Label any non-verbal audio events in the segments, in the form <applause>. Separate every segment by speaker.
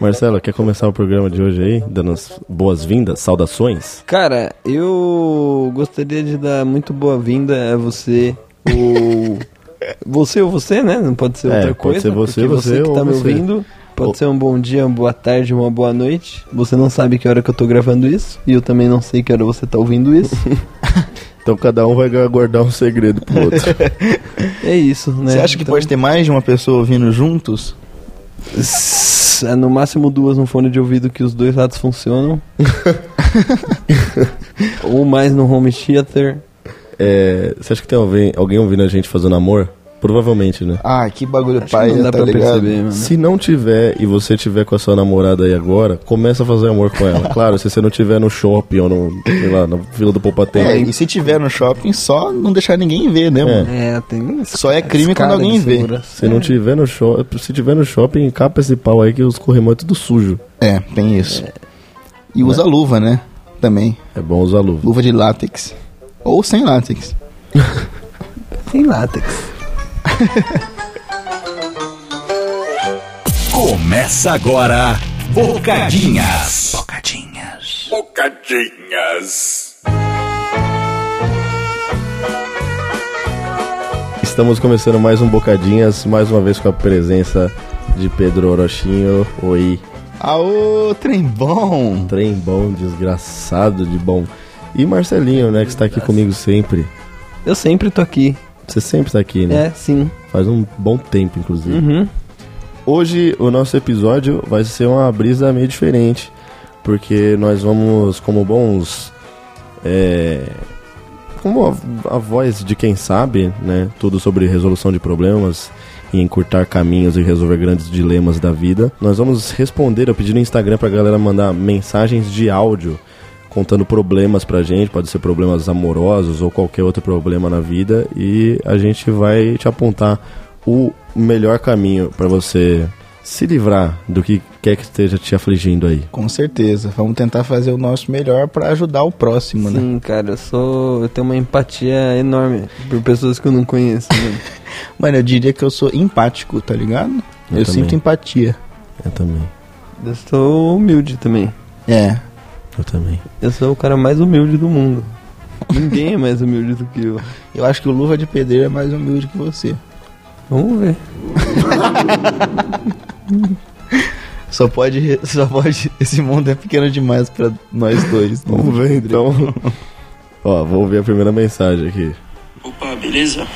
Speaker 1: Marcelo, quer começar o programa de hoje aí, dando as boas-vindas, saudações?
Speaker 2: Cara, eu gostaria de dar muito boa-vinda a você, o...
Speaker 1: <laughs>
Speaker 2: você ou você, né? Não pode ser
Speaker 1: É,
Speaker 2: outra
Speaker 1: pode
Speaker 2: coisa.
Speaker 1: ser você,
Speaker 2: porque
Speaker 1: você
Speaker 2: você que
Speaker 1: ou
Speaker 2: tá me
Speaker 1: você.
Speaker 2: ouvindo. Pode
Speaker 1: Ou-
Speaker 2: ser um bom dia, uma boa tarde, uma boa noite. Você não sabe que hora que eu tô gravando isso. E eu também não sei que hora você tá ouvindo
Speaker 1: <laughs>
Speaker 2: isso.
Speaker 1: Então cada um vai guardar um segredo pro outro.
Speaker 2: é isso, né?
Speaker 3: Você acha que
Speaker 2: Então,
Speaker 3: pode ter mais de uma pessoa ouvindo juntos?
Speaker 2: s- é no máximo duas no fone de ouvido que os dois
Speaker 1: <laughs>
Speaker 2: lados funcionam. ou mais no home theater.
Speaker 1: <laughs> É, você acha que tem alguém, alguém ouvindo a gente fazendo amor? Provavelmente, né?
Speaker 3: Ah, que bagulho
Speaker 2: Acho que
Speaker 3: pai,
Speaker 2: não
Speaker 3: tá
Speaker 2: dá pra
Speaker 3: ligado?
Speaker 2: perceber, né? mano.
Speaker 1: Se não tiver e você tiver com a sua namorada aí agora, começa a fazer amor com ela. Claro, se você não tiver no shopping ou no, sei lá, na fila do Poupatempo.
Speaker 3: É, e se tiver no shopping, só não deixar ninguém ver, né,
Speaker 1: É.
Speaker 3: mano?
Speaker 2: É, tem
Speaker 3: Só é crime
Speaker 2: escada
Speaker 3: quando alguém
Speaker 2: de
Speaker 3: vê.
Speaker 2: segurança.
Speaker 1: Se não tiver no shopping, se tiver no shopping, encapa esse pau aí que os corrimões é tudo sujo.
Speaker 3: É, tem isso.
Speaker 2: É.
Speaker 3: E usa luva, né? Também.
Speaker 1: É bom usar luva.
Speaker 3: Luva de látex. Ou sem látex.
Speaker 2: Tem látex.
Speaker 4: Começa agora, Bocadinhas. Bocadinhas.
Speaker 5: Bocadinhas.
Speaker 1: Estamos começando mais um Bocadinhas, mais uma vez com a presença de Pedro Orochinho. Oi,
Speaker 3: Aô, trem bom!
Speaker 1: trem bom, desgraçado de bom. E Marcelinho, né, que está aqui comigo sempre.
Speaker 2: Eu sempre tô aqui.
Speaker 1: Você sempre está aqui, né?
Speaker 2: É, sim.
Speaker 1: Faz um bom tempo, inclusive.
Speaker 2: Uhum.
Speaker 1: Hoje o nosso episódio vai ser uma brisa meio diferente, porque nós vamos, como bons. É, como a, a voz de quem sabe, né? Tudo sobre resolução de problemas e encurtar caminhos e resolver grandes dilemas da vida. Nós vamos responder. Eu pedi no Instagram pra galera mandar mensagens de áudio contando problemas pra gente, pode ser problemas amorosos ou qualquer outro problema na vida e a gente vai te apontar o melhor caminho pra você se livrar do que quer que esteja te afligindo aí.
Speaker 3: Com certeza. Vamos tentar fazer o nosso melhor pra ajudar o próximo, né?
Speaker 2: Sim, cara, eu sou. Eu tenho uma empatia enorme por pessoas que eu não conheço. né?
Speaker 3: Mano, eu diria que eu sou empático, tá ligado?
Speaker 1: Eu também.
Speaker 3: Eu, sinto empatia.
Speaker 1: Eu também.
Speaker 2: eu sou humilde também.
Speaker 3: É.
Speaker 1: Eu também.
Speaker 2: Eu sou o cara mais humilde do mundo. Ninguém é mais humilde do que eu.
Speaker 3: Eu acho que o Luva de Pedreiro é mais humilde que você.
Speaker 2: Vamos ver.
Speaker 3: Só pode, <laughs> só pode. Esse mundo é pequeno demais pra nós dois. né?
Speaker 1: Vamos ver então. <laughs> Ó, vou ouvir a primeira mensagem aqui.
Speaker 6: Opa, beleza?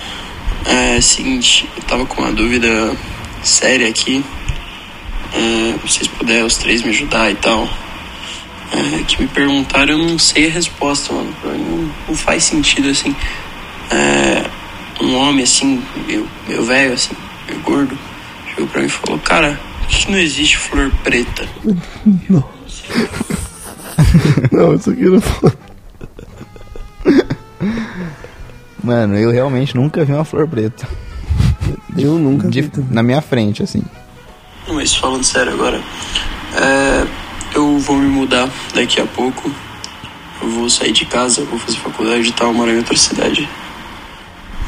Speaker 6: É seguinte, eu tava com uma dúvida séria aqui. É, se vocês puderem os três me ajudar e tal. É, que me perguntaram, eu não sei a resposta, mano. Pra mim não, não faz sentido assim. É, um homem assim, meu, meu velho, assim, meu gordo, chegou pra mim e falou, cara, por que não existe flor preta?
Speaker 1: Não, isso aqui não
Speaker 3: Mano, eu realmente nunca vi uma flor preta.
Speaker 2: Eu nunca.
Speaker 3: De-
Speaker 2: vi também.
Speaker 3: na minha frente, assim.
Speaker 6: Não, Mas falando sério agora, é, eu vou me mudar daqui a pouco. Eu vou sair de casa, vou fazer faculdade e tal, morar em outra cidade.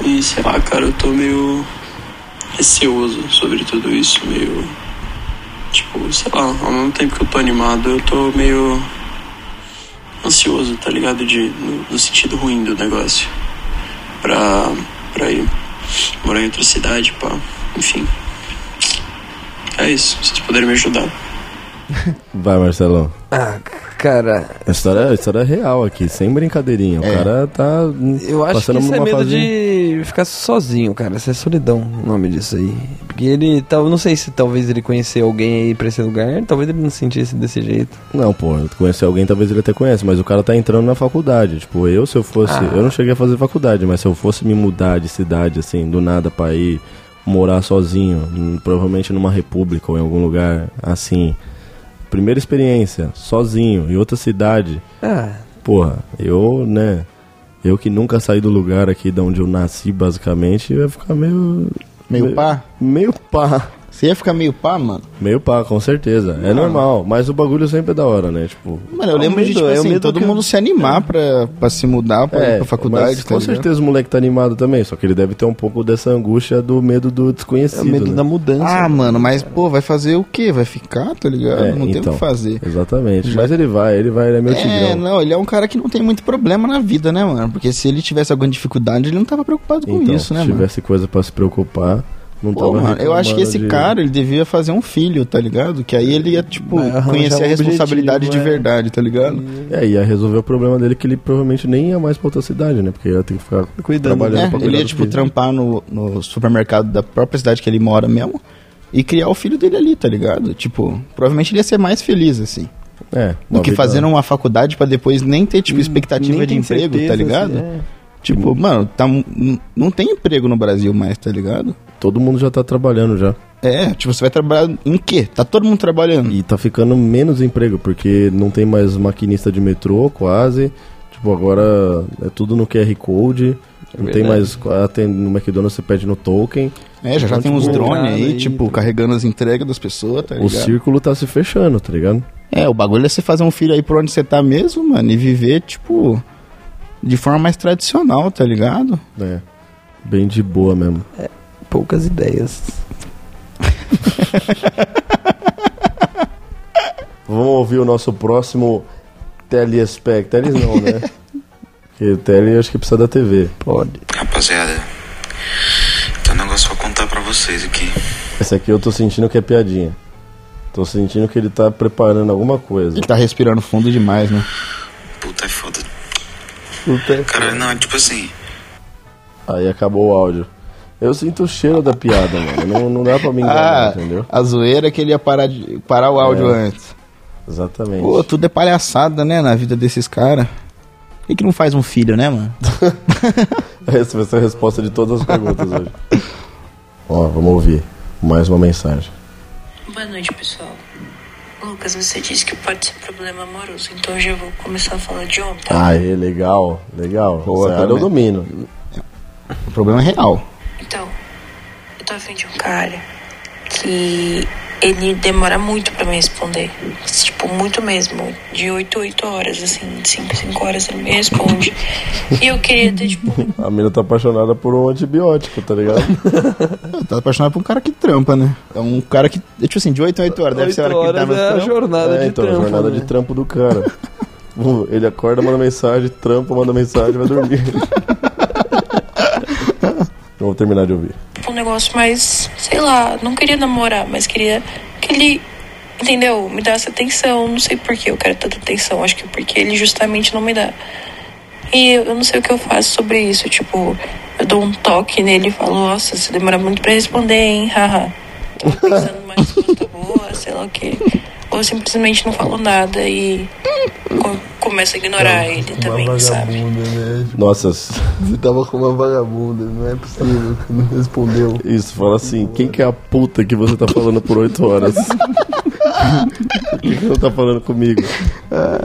Speaker 6: E sei lá, cara, eu tô meio receoso sobre tudo isso, meio. Tipo, sei lá, ao mesmo tempo que eu tô animado, eu tô meio ansioso, tá ligado? De, no, no sentido ruim do negócio. Pra, pra ir morar em outra cidade, pá. Enfim. É isso, se vocês puderem me ajudar.
Speaker 1: Vai, Marcelão.
Speaker 2: Ah, cara,
Speaker 1: A história, a história é real aqui, sem brincadeirinha. O
Speaker 3: É.
Speaker 1: cara tá.
Speaker 2: eu acho
Speaker 1: passando
Speaker 2: que isso é
Speaker 1: numa
Speaker 2: medo
Speaker 1: fase-
Speaker 2: de ficar sozinho, cara. Isso é solidão o nome disso aí. Porque ele. Tal, não sei se talvez ele conhecer alguém aí pra esse lugar. Talvez ele não se sentisse desse jeito.
Speaker 1: Não, pô, conhecer alguém talvez ele até conhece, mas o cara tá entrando na faculdade. Tipo, eu se eu fosse. Eu não cheguei a fazer faculdade, mas se eu fosse me mudar de cidade, assim, do nada pra ir morar sozinho, hum, provavelmente numa república ou em algum lugar assim. Primeira experiência, sozinho, em outra cidade.
Speaker 2: Ah,
Speaker 1: Porra, eu, né? Eu que nunca saí do lugar aqui de onde eu nasci, basicamente, eu ia ficar meio.
Speaker 3: Meio pá.
Speaker 1: Meio pá.
Speaker 3: Você ia ficar meio pá, mano?
Speaker 1: Meio pá, com certeza.
Speaker 3: Ah.
Speaker 1: É normal, mas o bagulho sempre é da hora, né? Tipo.
Speaker 3: Mano, eu lembro de, tipo
Speaker 1: medo, é o
Speaker 3: assim,
Speaker 1: medo
Speaker 3: todo
Speaker 1: que-
Speaker 3: mundo se animar pra, pra se mudar pra, ir pra faculdade,
Speaker 1: é, mas
Speaker 3: tá
Speaker 1: com
Speaker 3: ligado?
Speaker 1: certeza o moleque tá animado também, só que ele deve ter um pouco dessa angústia do medo do desconhecido.
Speaker 2: É o medo
Speaker 1: né?
Speaker 2: da mudança.
Speaker 3: Ah, mano, mas, pô, vai fazer o quê? Vai ficar, tá ligado?
Speaker 1: É,
Speaker 3: não tem o
Speaker 1: então.
Speaker 3: que fazer.
Speaker 1: Exatamente. Mas ele vai, ele vai, ele é meu
Speaker 3: É,
Speaker 1: tigrão.
Speaker 3: não, ele é um cara que não tem muito problema na vida, né, mano? Porque se ele tivesse alguma dificuldade, ele não tava preocupado com
Speaker 1: Então,
Speaker 3: isso, né,
Speaker 1: se
Speaker 3: mano?
Speaker 1: tivesse coisa pra se preocupar, não
Speaker 3: Pô,
Speaker 1: tava
Speaker 3: mano, eu acho que esse
Speaker 1: reclamando de-
Speaker 3: cara, ele devia fazer um filho, tá ligado? Que aí ele ia, tipo,
Speaker 2: Vai arranjar
Speaker 3: conhecer a
Speaker 2: um
Speaker 3: responsabilidade de
Speaker 2: objetivo, é.
Speaker 3: verdade, tá ligado?
Speaker 1: É, ia resolver o problema dele que ele provavelmente nem ia mais pra outra cidade, né? Porque ia ter que ficar
Speaker 2: Cuidando,
Speaker 1: trabalhando
Speaker 3: É,
Speaker 1: pra cuidar
Speaker 3: ele ia,
Speaker 1: do
Speaker 3: tipo,
Speaker 1: filho.
Speaker 3: trampar no, no supermercado da própria cidade que ele mora mesmo e criar o filho dele ali, tá ligado? Tipo, provavelmente ele ia ser mais feliz, assim,
Speaker 1: É,
Speaker 3: do
Speaker 1: uma
Speaker 3: que
Speaker 1: vida-
Speaker 3: fazendo uma faculdade pra depois nem ter, tipo,
Speaker 2: Hum,
Speaker 3: expectativa
Speaker 2: Nem
Speaker 3: de
Speaker 2: tem
Speaker 3: emprego,
Speaker 2: certeza,
Speaker 3: tá ligado?
Speaker 2: assim, é.
Speaker 3: Tipo, mano, tá, mu- n- não tem emprego no Brasil mais, tá ligado?
Speaker 1: Todo mundo já tá trabalhando já.
Speaker 3: É, tipo, você vai trabalhar em quê? Tá todo mundo trabalhando.
Speaker 1: E tá ficando menos emprego, porque não tem mais maquinista de metrô, quase. Tipo, agora é tudo no QR Code. não tem
Speaker 2: verdade.
Speaker 1: mais. ah, tem- no McDonald's você pede no token.
Speaker 3: É, já, já
Speaker 1: Então,
Speaker 3: tem uns
Speaker 1: tipo,
Speaker 3: drones
Speaker 2: nada
Speaker 3: aí,
Speaker 2: aí,
Speaker 3: tipo, carregando as entregas das pessoas, tá
Speaker 1: o
Speaker 3: ligado?
Speaker 1: círculo tá se fechando, tá ligado?
Speaker 3: É, o bagulho é você fazer um filho aí por onde você tá mesmo, mano, e viver, tipo, de forma mais tradicional, tá ligado?
Speaker 1: É. Bem de boa mesmo.
Speaker 2: Poucas ideias.
Speaker 1: Vamos ouvir o nosso próximo Telespec. Teles não, né? Porque tele acho que precisa da TV.
Speaker 2: Pode.
Speaker 7: Rapaziada, tem um negócio pra contar pra vocês aqui.
Speaker 1: Esse aqui eu tô sentindo que é piadinha. Tô sentindo que ele tá preparando alguma coisa.
Speaker 3: Ele tá respirando fundo demais, né?
Speaker 7: Puta, é foda. Cara, não, é tipo assim.
Speaker 1: Aí acabou o áudio. Eu sinto o cheiro da piada, mano. Não, não dá pra me enganar,
Speaker 3: Ah,
Speaker 1: entendeu?
Speaker 3: a zoeira é que ele ia parar, de, parar o áudio antes.
Speaker 1: Exatamente.
Speaker 3: Pô, tudo é palhaçada, né, na vida desses caras. Por que, que não faz um filho, né, mano?
Speaker 1: <laughs> Essa vai ser a resposta de todas as perguntas hoje. Ó, vamos ouvir mais uma mensagem.
Speaker 8: Boa noite, pessoal. Lucas, você disse que pode ser problema amoroso, então eu já vou começar a falar de ontem.
Speaker 1: Aê, legal, legal.
Speaker 3: Boa,
Speaker 1: Essa área eu
Speaker 3: também.
Speaker 1: domino.
Speaker 3: O problema é real.
Speaker 8: Então, eu tô afim de um cara que ele demora muito pra me responder. Tipo, muito mesmo. De 8 a 8 horas, assim, de 5 a 5 horas ele me responde. E eu queria ter, tipo,
Speaker 1: A mina tá apaixonada por um antibiótico, tá ligado?
Speaker 3: Tá apaixonado por um cara que trampa, né? É um cara que, é tipo assim, de 8 a 8 horas, deve ser a hora
Speaker 2: Oito
Speaker 3: que ele tá
Speaker 2: horas
Speaker 3: no
Speaker 2: é a
Speaker 3: trampo.
Speaker 2: jornada
Speaker 1: é,
Speaker 2: de
Speaker 1: então,
Speaker 2: trampo,
Speaker 1: jornada
Speaker 2: né?
Speaker 1: de trampo do cara. Bom, Ele acorda, manda mensagem, trampa, manda mensagem, vai dormir. <laughs> Então, Vou terminar de ouvir.
Speaker 8: um negócio mais, sei lá, não queria namorar, mas queria que ele, entendeu? Me desse atenção. Não sei por que eu quero tanta atenção. Acho que é porque ele justamente não me dá. E eu, eu não sei o que eu faço sobre isso. Tipo, eu dou um toque nele e falo, nossa, você demora muito pra responder, hein? Haha. Tava pensando numa resposta boa, sei lá o quê. Ou eu simplesmente não falo nada e co- começo a ignorar ele também, sabe?
Speaker 1: Nossa, s-
Speaker 9: Você tava com uma vagabunda, não é possível que não respondeu.
Speaker 1: isso, fala assim, quem que é a puta que você tá falando por oito
Speaker 9: <laughs>
Speaker 1: horas? Por que que não tá falando comigo?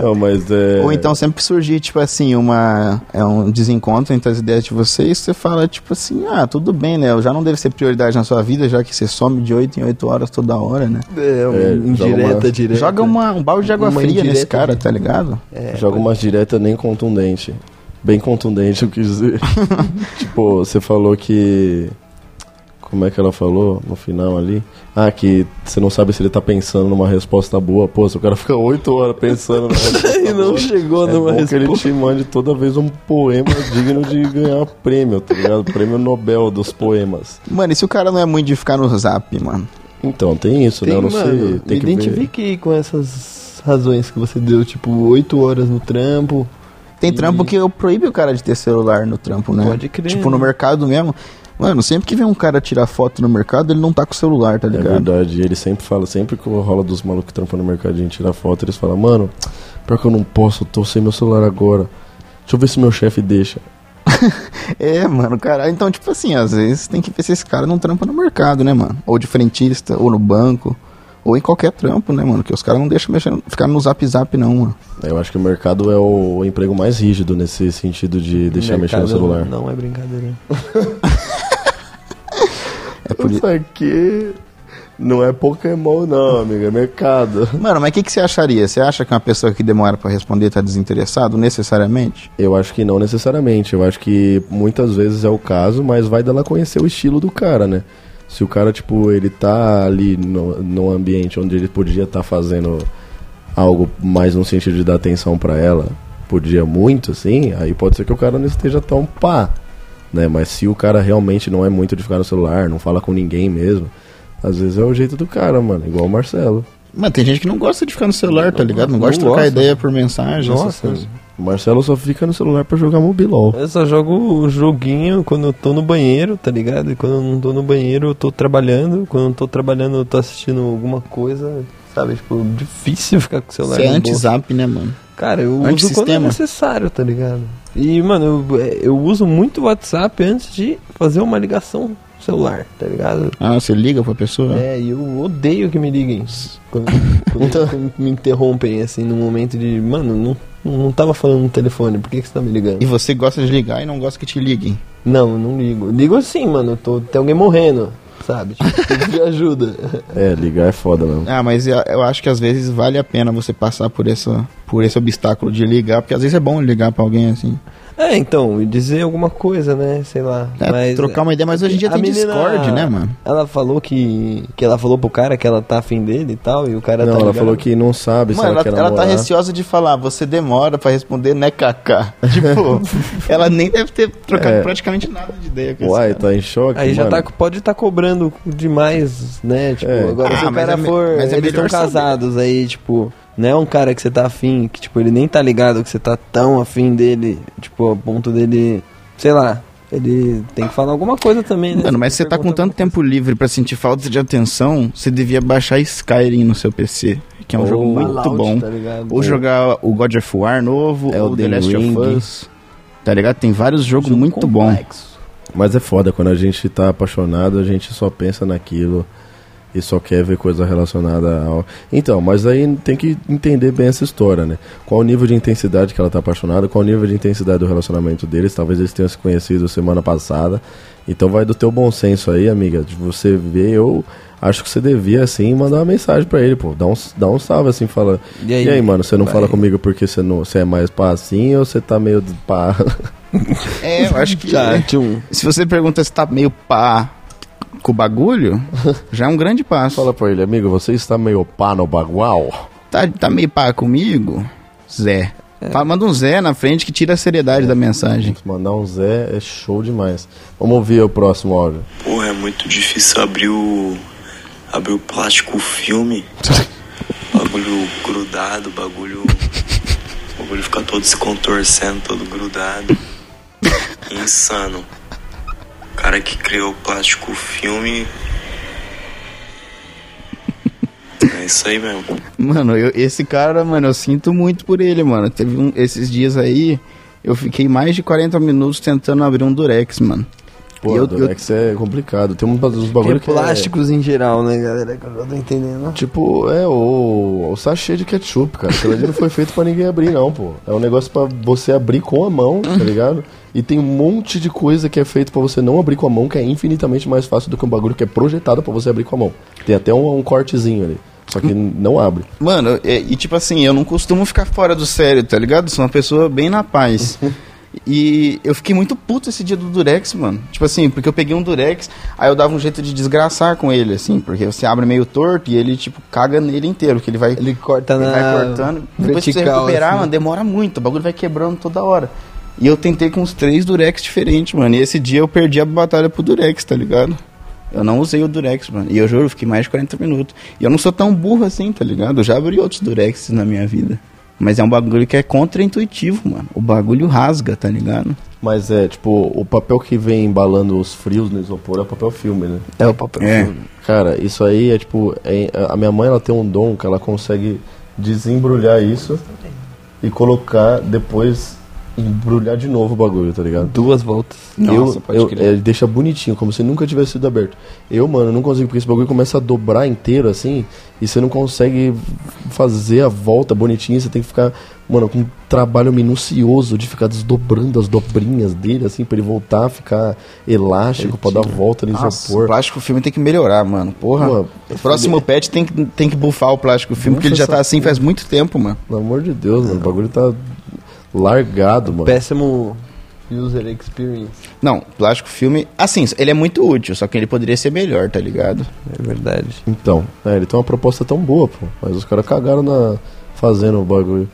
Speaker 1: Não, mas é...
Speaker 3: Ou então sempre que surgir, tipo assim, uma. É um desencontro entre as ideias de vocês, você fala, tipo assim, ah, tudo bem, né? Já não deve ser prioridade na sua vida, já que você some de 8 em 8 horas toda hora, né?
Speaker 9: É, um
Speaker 1: É, joga
Speaker 9: indireta,
Speaker 1: uma-
Speaker 9: direta.
Speaker 2: né?
Speaker 3: Joga uma, um balde de água
Speaker 9: Uma
Speaker 3: fria nesse
Speaker 9: indireta.
Speaker 3: cara, tá ligado?
Speaker 2: É,
Speaker 1: Joga umas direta nem contundente. Bem contundente, eu quis dizer.
Speaker 9: <laughs>
Speaker 1: tipo, você falou que. Como é que ela falou no final ali? Ah, que você não sabe se ele tá pensando numa resposta boa. Pô, se o cara fica oito horas pensando
Speaker 9: <laughs>
Speaker 1: na resposta
Speaker 2: E não
Speaker 1: boa,
Speaker 2: chegou
Speaker 1: é
Speaker 2: numa
Speaker 1: bom que ele
Speaker 2: resposta.
Speaker 1: te mande toda vez um poema digno de ganhar prêmio, tá ligado? Prêmio Nobel dos poemas.
Speaker 3: Mano, e se o cara não é muito de ficar no zap, mano?
Speaker 1: Então, tem isso, né? Eu não sei.
Speaker 9: me
Speaker 1: Tem que ver.
Speaker 9: identifiquei com essas razões que você deu, tipo, 8 horas no trampo.
Speaker 3: Tem trampo que eu proíbe o cara de ter celular no trampo, né?
Speaker 2: Pode crer,
Speaker 3: Tipo, no
Speaker 2: né?
Speaker 3: mercado mesmo. Mano, sempre que vem um cara tirar foto no mercado, ele não tá com o celular, tá
Speaker 1: É
Speaker 3: ligado?
Speaker 1: verdade, ele sempre fala, sempre que rola dos malucos que trampam no mercadinho tirar foto, eles falam, mano, pior que eu não posso, eu tô sem meu celular agora. Deixa eu ver se meu chefe deixa.
Speaker 3: É, mano, cara. Então, tipo assim, às vezes tem que ver se esse cara não trampa no mercado, né, mano? Ou de frentista, ou no banco, ou em qualquer trampo, né, mano? Que os caras não deixam mexer, ficar no zap zap, não, mano.
Speaker 1: Eu acho que o mercado é o emprego mais rígido nesse sentido de deixar mexer no
Speaker 2: Mercado
Speaker 1: celular.
Speaker 2: Não é brincadeira.
Speaker 3: É por isso.
Speaker 1: aqui Não é Pokémon, não, amigo, é mercado.
Speaker 3: Mano, mas o que, que você acharia? Você acha que uma pessoa que demora pra responder tá desinteressado necessariamente?
Speaker 1: Eu acho que não necessariamente. Eu acho que muitas vezes é o caso, mas vai dela conhecer o estilo do cara, né? Se o cara, tipo, ele tá ali no, num ambiente onde ele podia estar fazendo algo mais no sentido de dar atenção pra ela, podia muito, assim, aí pode ser que o cara não esteja tão pá, né? Mas se o cara realmente não é muito de ficar no celular, não fala com ninguém mesmo, às vezes é o jeito do cara, mano, igual o Marcelo.
Speaker 3: Mano, tem gente que não gosta de ficar no celular, tá ligado? Não,
Speaker 2: não
Speaker 3: gosta de trocar
Speaker 2: gosta.
Speaker 3: ideia por mensagem, essas
Speaker 2: Nossa,
Speaker 3: coisas.
Speaker 1: O Marcelo só fica no celular pra jogar mobilol.
Speaker 2: eu só jogo o joguinho quando eu tô no banheiro, tá ligado? E quando eu não tô no banheiro, eu tô trabalhando. Quando eu não tô trabalhando, eu tô assistindo alguma coisa, sabe? Tipo, difícil ficar com o celular
Speaker 3: Você é
Speaker 2: na bolsa.
Speaker 3: anti-zap, né, mano?
Speaker 2: Cara, eu uso quando é
Speaker 3: Antissistema.
Speaker 2: necessário, tá ligado? E, mano, eu, é, eu uso muito o WhatsApp antes de fazer uma ligação celular, tá ligado?
Speaker 3: Ah, você liga pra pessoa?
Speaker 2: É, e eu odeio que me liguem. Quando, quando-
Speaker 3: Então-
Speaker 2: quando me interrompem, assim, no momento de, mano, não, não tava falando no telefone, por que, que você tá me ligando?
Speaker 3: E você gosta de ligar e não gosta que te liguem.
Speaker 2: Não, eu não ligo. Ligo assim, mano, eu tô, tem alguém morrendo, sabe? Tipo, preciso de ajuda.
Speaker 1: É, ligar é foda mesmo.
Speaker 3: Ah, mas eu- eu acho que às vezes vale a pena você passar por, essa, por esse obstáculo de ligar, porque às vezes é bom ligar pra alguém assim.
Speaker 2: <laughs> É, então, e dizer alguma coisa, né? Sei lá.
Speaker 3: É,
Speaker 2: mas,
Speaker 3: trocar uma ideia, mas hoje em dia
Speaker 2: a
Speaker 3: tem
Speaker 2: menina-
Speaker 3: Discord, né, mano?
Speaker 2: Ela falou que. Que ela falou pro cara que ela tá afim dele e tal, e o cara
Speaker 1: não,
Speaker 2: tá.
Speaker 1: ela
Speaker 2: ligado.
Speaker 1: falou que não sabe se
Speaker 3: Mano,
Speaker 1: ela,
Speaker 3: ela,
Speaker 1: quer
Speaker 3: ela tá
Speaker 1: namorar.
Speaker 3: receosa de falar, você demora pra responder, né, Kaká? <laughs> Tipo, ela nem deve ter trocado
Speaker 1: É.
Speaker 3: praticamente nada de ideia com
Speaker 1: Uai,
Speaker 3: esse cara.
Speaker 1: tá em choque,
Speaker 2: Aí já
Speaker 1: mano.
Speaker 2: tá, pode estar cobrando demais, né? Tipo,
Speaker 1: É.
Speaker 2: agora
Speaker 3: Ah,
Speaker 2: se o
Speaker 3: mas
Speaker 2: cara
Speaker 3: é me-
Speaker 2: for.
Speaker 3: mas é
Speaker 2: eles estão
Speaker 3: melhor saber.
Speaker 2: casados aí, tipo. Não é um cara que você tá afim, que tipo, ele nem tá ligado que você tá tão afim dele, tipo, a ponto dele. Sei lá, ele tem que falar alguma coisa também, né?
Speaker 3: Mano, mas você tá com tanto tempo livre pra sentir falta de atenção, você devia baixar Skyrim no seu PC, que é um
Speaker 2: Ou
Speaker 3: jogo muito
Speaker 2: Fallout,
Speaker 3: bom.
Speaker 2: tá ligado?
Speaker 3: Ou jogar o God of War novo, ou The
Speaker 1: Elden
Speaker 3: Last
Speaker 1: Ring.
Speaker 3: of Us. Tá ligado? Tem vários jogos
Speaker 2: Jogo
Speaker 3: muito bons.
Speaker 2: complexo.
Speaker 1: Mas é foda, quando a gente tá apaixonado, a gente só pensa naquilo e só quer ver coisa relacionada ao. Então, mas aí tem que entender bem essa história, né? Qual o nível de intensidade que ela tá apaixonada, qual o nível de intensidade do relacionamento deles, talvez eles tenham se conhecido semana passada. Então vai do teu bom senso aí, amiga, de você ver, eu acho que você devia assim mandar uma mensagem pra ele, pô, dá um, dá um salve assim, fala.
Speaker 2: E
Speaker 1: E
Speaker 2: aí?
Speaker 1: aí, mano, você não
Speaker 2: Vai.
Speaker 1: fala comigo porque você não, você é mais pá assim ou você tá meio de pá? <laughs>
Speaker 3: É, eu acho que.
Speaker 2: Tá, tchum.
Speaker 3: <laughs> Se você pergunta se tá meio pá com o bagulho, já é um grande passo.
Speaker 1: Fala pra ele, amigo, você está meio pá no bagual?
Speaker 3: Tá, tá meio pá comigo? Zé. Fala, manda um Zé na frente que tira a seriedade da mensagem.
Speaker 1: Se Mandar um Zé é show demais. Vamos ouvir o próximo áudio.
Speaker 7: Porra, é muito difícil abrir o. abrir o plástico filme. Bagulho grudado, bagulho. bagulho fica todo se contorcendo, todo grudado. Insano. O cara que criou o plástico filme. É isso aí mesmo.
Speaker 3: Mano, eu- esse cara, mano, eu sinto muito por ele, mano. Teve um- esses dias aí, eu fiquei mais de 40 minutos tentando abrir um Durex, mano.
Speaker 1: Pô,
Speaker 3: E eu-
Speaker 1: eu, é que isso é complicado. Tem uns ba- uns
Speaker 2: Porque
Speaker 1: bagulho que é-
Speaker 2: plásticos em geral, né, galera? Que eu não tô entendendo.
Speaker 1: Tipo, é o, o sachê de ketchup, cara. Aquilo ali não foi feito pra ninguém abrir, não, pô. É um negócio pra você abrir com a mão, tá ligado? E tem um monte de coisa que é feito pra você não abrir com a mão, que é infinitamente mais fácil do que um bagulho que é projetado pra você abrir com a mão. Tem até um, um cortezinho ali. Só <laughs> que n- não abre.
Speaker 3: Mano, é- e, tipo assim, eu não costumo ficar fora do sério, tá ligado? Sou uma pessoa bem na paz. e eu fiquei muito puto esse dia do Durex, mano. Tipo assim, porque eu peguei um Durex, aí eu dava um jeito de desgraçar com ele, assim, porque você abre meio torto e ele, tipo, caga nele inteiro, que ele vai.
Speaker 2: Ele corta
Speaker 3: Ele
Speaker 2: na.
Speaker 3: vai cortando. Depois pra você
Speaker 2: vertical,
Speaker 3: recuperar,
Speaker 2: assim.
Speaker 3: mano, demora muito. O bagulho vai quebrando toda hora. E eu tentei com uns três Durex diferentes, mano. E esse dia eu perdi a batalha pro Durex, tá ligado? Eu não usei o Durex, mano. E eu juro, eu fiquei mais de 40 minutos. E eu não sou tão burro assim, tá ligado? Eu já abri outros Durex na minha vida. Mas é um bagulho que é contraintuitivo, mano. O bagulho rasga, tá ligado?
Speaker 1: Mas é, tipo, o papel que vem embalando os frios no isopor é o papel filme, né?
Speaker 2: É o papel.
Speaker 3: É.
Speaker 1: Cara, isso aí é tipo. é- a minha mãe ela tem um dom que ela consegue desembrulhar isso e colocar depois embrulhar de novo o bagulho, tá ligado?
Speaker 2: Duas voltas.
Speaker 3: Nossa,
Speaker 1: eu,
Speaker 3: pode
Speaker 1: eu- é,
Speaker 3: crer.
Speaker 1: Ele deixa bonitinho, como se nunca tivesse sido aberto. Eu, mano, não consigo, porque esse bagulho começa a dobrar inteiro assim, e você não consegue fazer a volta bonitinha, você tem que ficar, mano, com um trabalho minucioso de ficar desdobrando as dobrinhas dele, assim, pra ele voltar a ficar elástico, pra dar volta no
Speaker 3: Nossa,
Speaker 1: isopor.
Speaker 3: o plástico filme tem que melhorar, mano. Porra.
Speaker 1: Mano,
Speaker 3: o próximo patch tem que, tem que bufar o plástico filme, porque ele já
Speaker 1: essa
Speaker 3: tá assim faz muito tempo, mano.
Speaker 1: Pelo amor de Deus, mano, o bagulho tá largado, mano.
Speaker 2: Péssimo user experience.
Speaker 3: Não, plástico filme, assim, ele é muito útil, só que ele poderia ser melhor, tá ligado?
Speaker 2: É verdade.
Speaker 1: Então, é, ele tem uma proposta tão boa, pô, mas os caras cagaram na fazendo o
Speaker 3: <laughs>
Speaker 1: bagulho.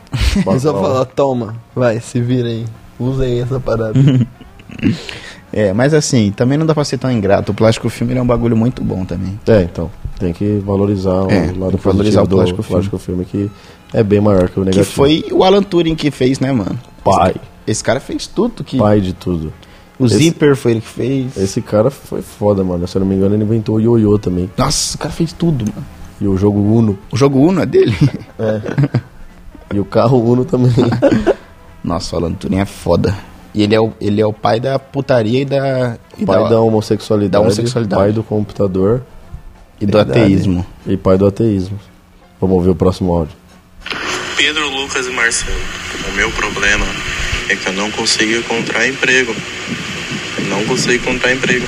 Speaker 2: É só falar, toma, vai, se vira aí. Usem
Speaker 1: <laughs>
Speaker 2: essa parada.
Speaker 3: É, mas assim, também não dá pra ser tão ingrato. O plástico filme ele é um bagulho muito bom também.
Speaker 1: É, então. Tem que valorizar o
Speaker 3: É,
Speaker 1: lado
Speaker 3: tem que valorizar
Speaker 1: positivo
Speaker 3: o
Speaker 1: do
Speaker 3: plástico
Speaker 1: plástico,
Speaker 3: filme.
Speaker 1: filme. que é bem maior que o negativo.
Speaker 3: Que foi o Alan Turing que fez, né, mano?
Speaker 1: pai,
Speaker 3: Esse cara fez tudo que.
Speaker 1: pai de tudo.
Speaker 3: o
Speaker 1: esse-
Speaker 3: zíper foi ele que fez.
Speaker 1: Esse cara foi foda, mano. Se eu não me engano, ele inventou o ioiô também.
Speaker 3: Nossa, o cara fez tudo, mano.
Speaker 1: E o jogo Uno.
Speaker 3: O jogo Uno é dele? <laughs>
Speaker 1: E o carro Uno também.
Speaker 3: Nossa, o Alan Turing é foda. E ele é o, ele é o pai da putaria e da. E
Speaker 1: pai
Speaker 3: da,
Speaker 1: da homossexualidade,
Speaker 3: da homossexualidade.
Speaker 1: Pai do computador
Speaker 3: e do ateísmo.
Speaker 1: e pai do ateísmo. Vamos ouvir o próximo áudio.
Speaker 7: Pedro, Lucas e Marcelo, o meu problema é que eu não consigo encontrar emprego. Eu não consigo encontrar emprego.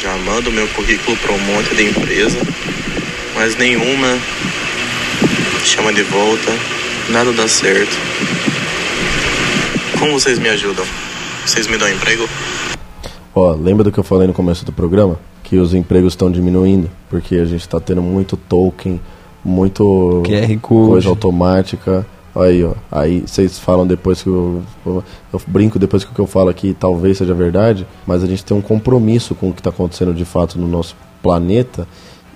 Speaker 7: Já mando meu currículo para um monte de empresa, mas nenhuma chama de volta, nada dá certo. Como vocês me ajudam? Vocês me dão emprego?
Speaker 1: Ó, lembra do que eu falei no começo do programa? Que os empregos estão diminuindo, porque a gente tá tendo muito token, muito
Speaker 2: QR Code.
Speaker 1: coisa automática. Aí, ó. Aí vocês falam depois que eu, eu, eu brinco depois que o que eu falo aqui talvez seja verdade, mas a gente tem um compromisso com o que tá acontecendo de fato no nosso planeta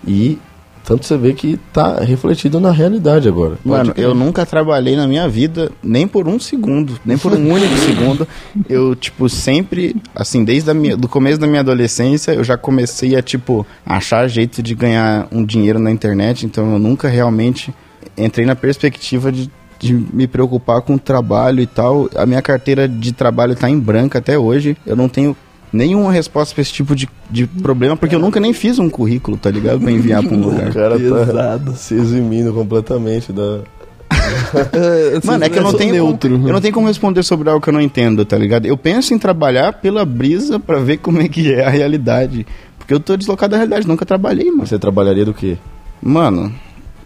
Speaker 1: e tanto você vê que tá refletido na realidade agora.
Speaker 3: Mano,
Speaker 1: Pode-
Speaker 3: eu nunca trabalhei na minha vida, nem por um segundo, nem por um único segundo. Eu, tipo, sempre, assim, desde a minha, do começo da minha adolescência, eu já comecei a, tipo, achar jeito de ganhar um dinheiro na internet, então eu nunca realmente entrei na perspectiva de, de me preocupar com o trabalho e tal. A minha carteira de trabalho tá em branco até hoje, eu não tenho nenhuma resposta pra esse tipo de, de problema, porque eu nunca nem fiz um currículo, tá ligado? Pra enviar pra um lugar.
Speaker 1: o cara
Speaker 2: Pesado.
Speaker 1: tá <laughs> se eximindo completamente da
Speaker 3: Mano, é que eu não tenho
Speaker 1: um uhum.
Speaker 3: como, eu
Speaker 1: né?
Speaker 3: não tenho como responder sobre algo que eu não entendo, tá ligado? Eu penso em trabalhar pela brisa pra ver como é que é a realidade, porque eu tô deslocado da realidade, nunca trabalhei, mano.
Speaker 1: você trabalharia do quê?
Speaker 3: Mano,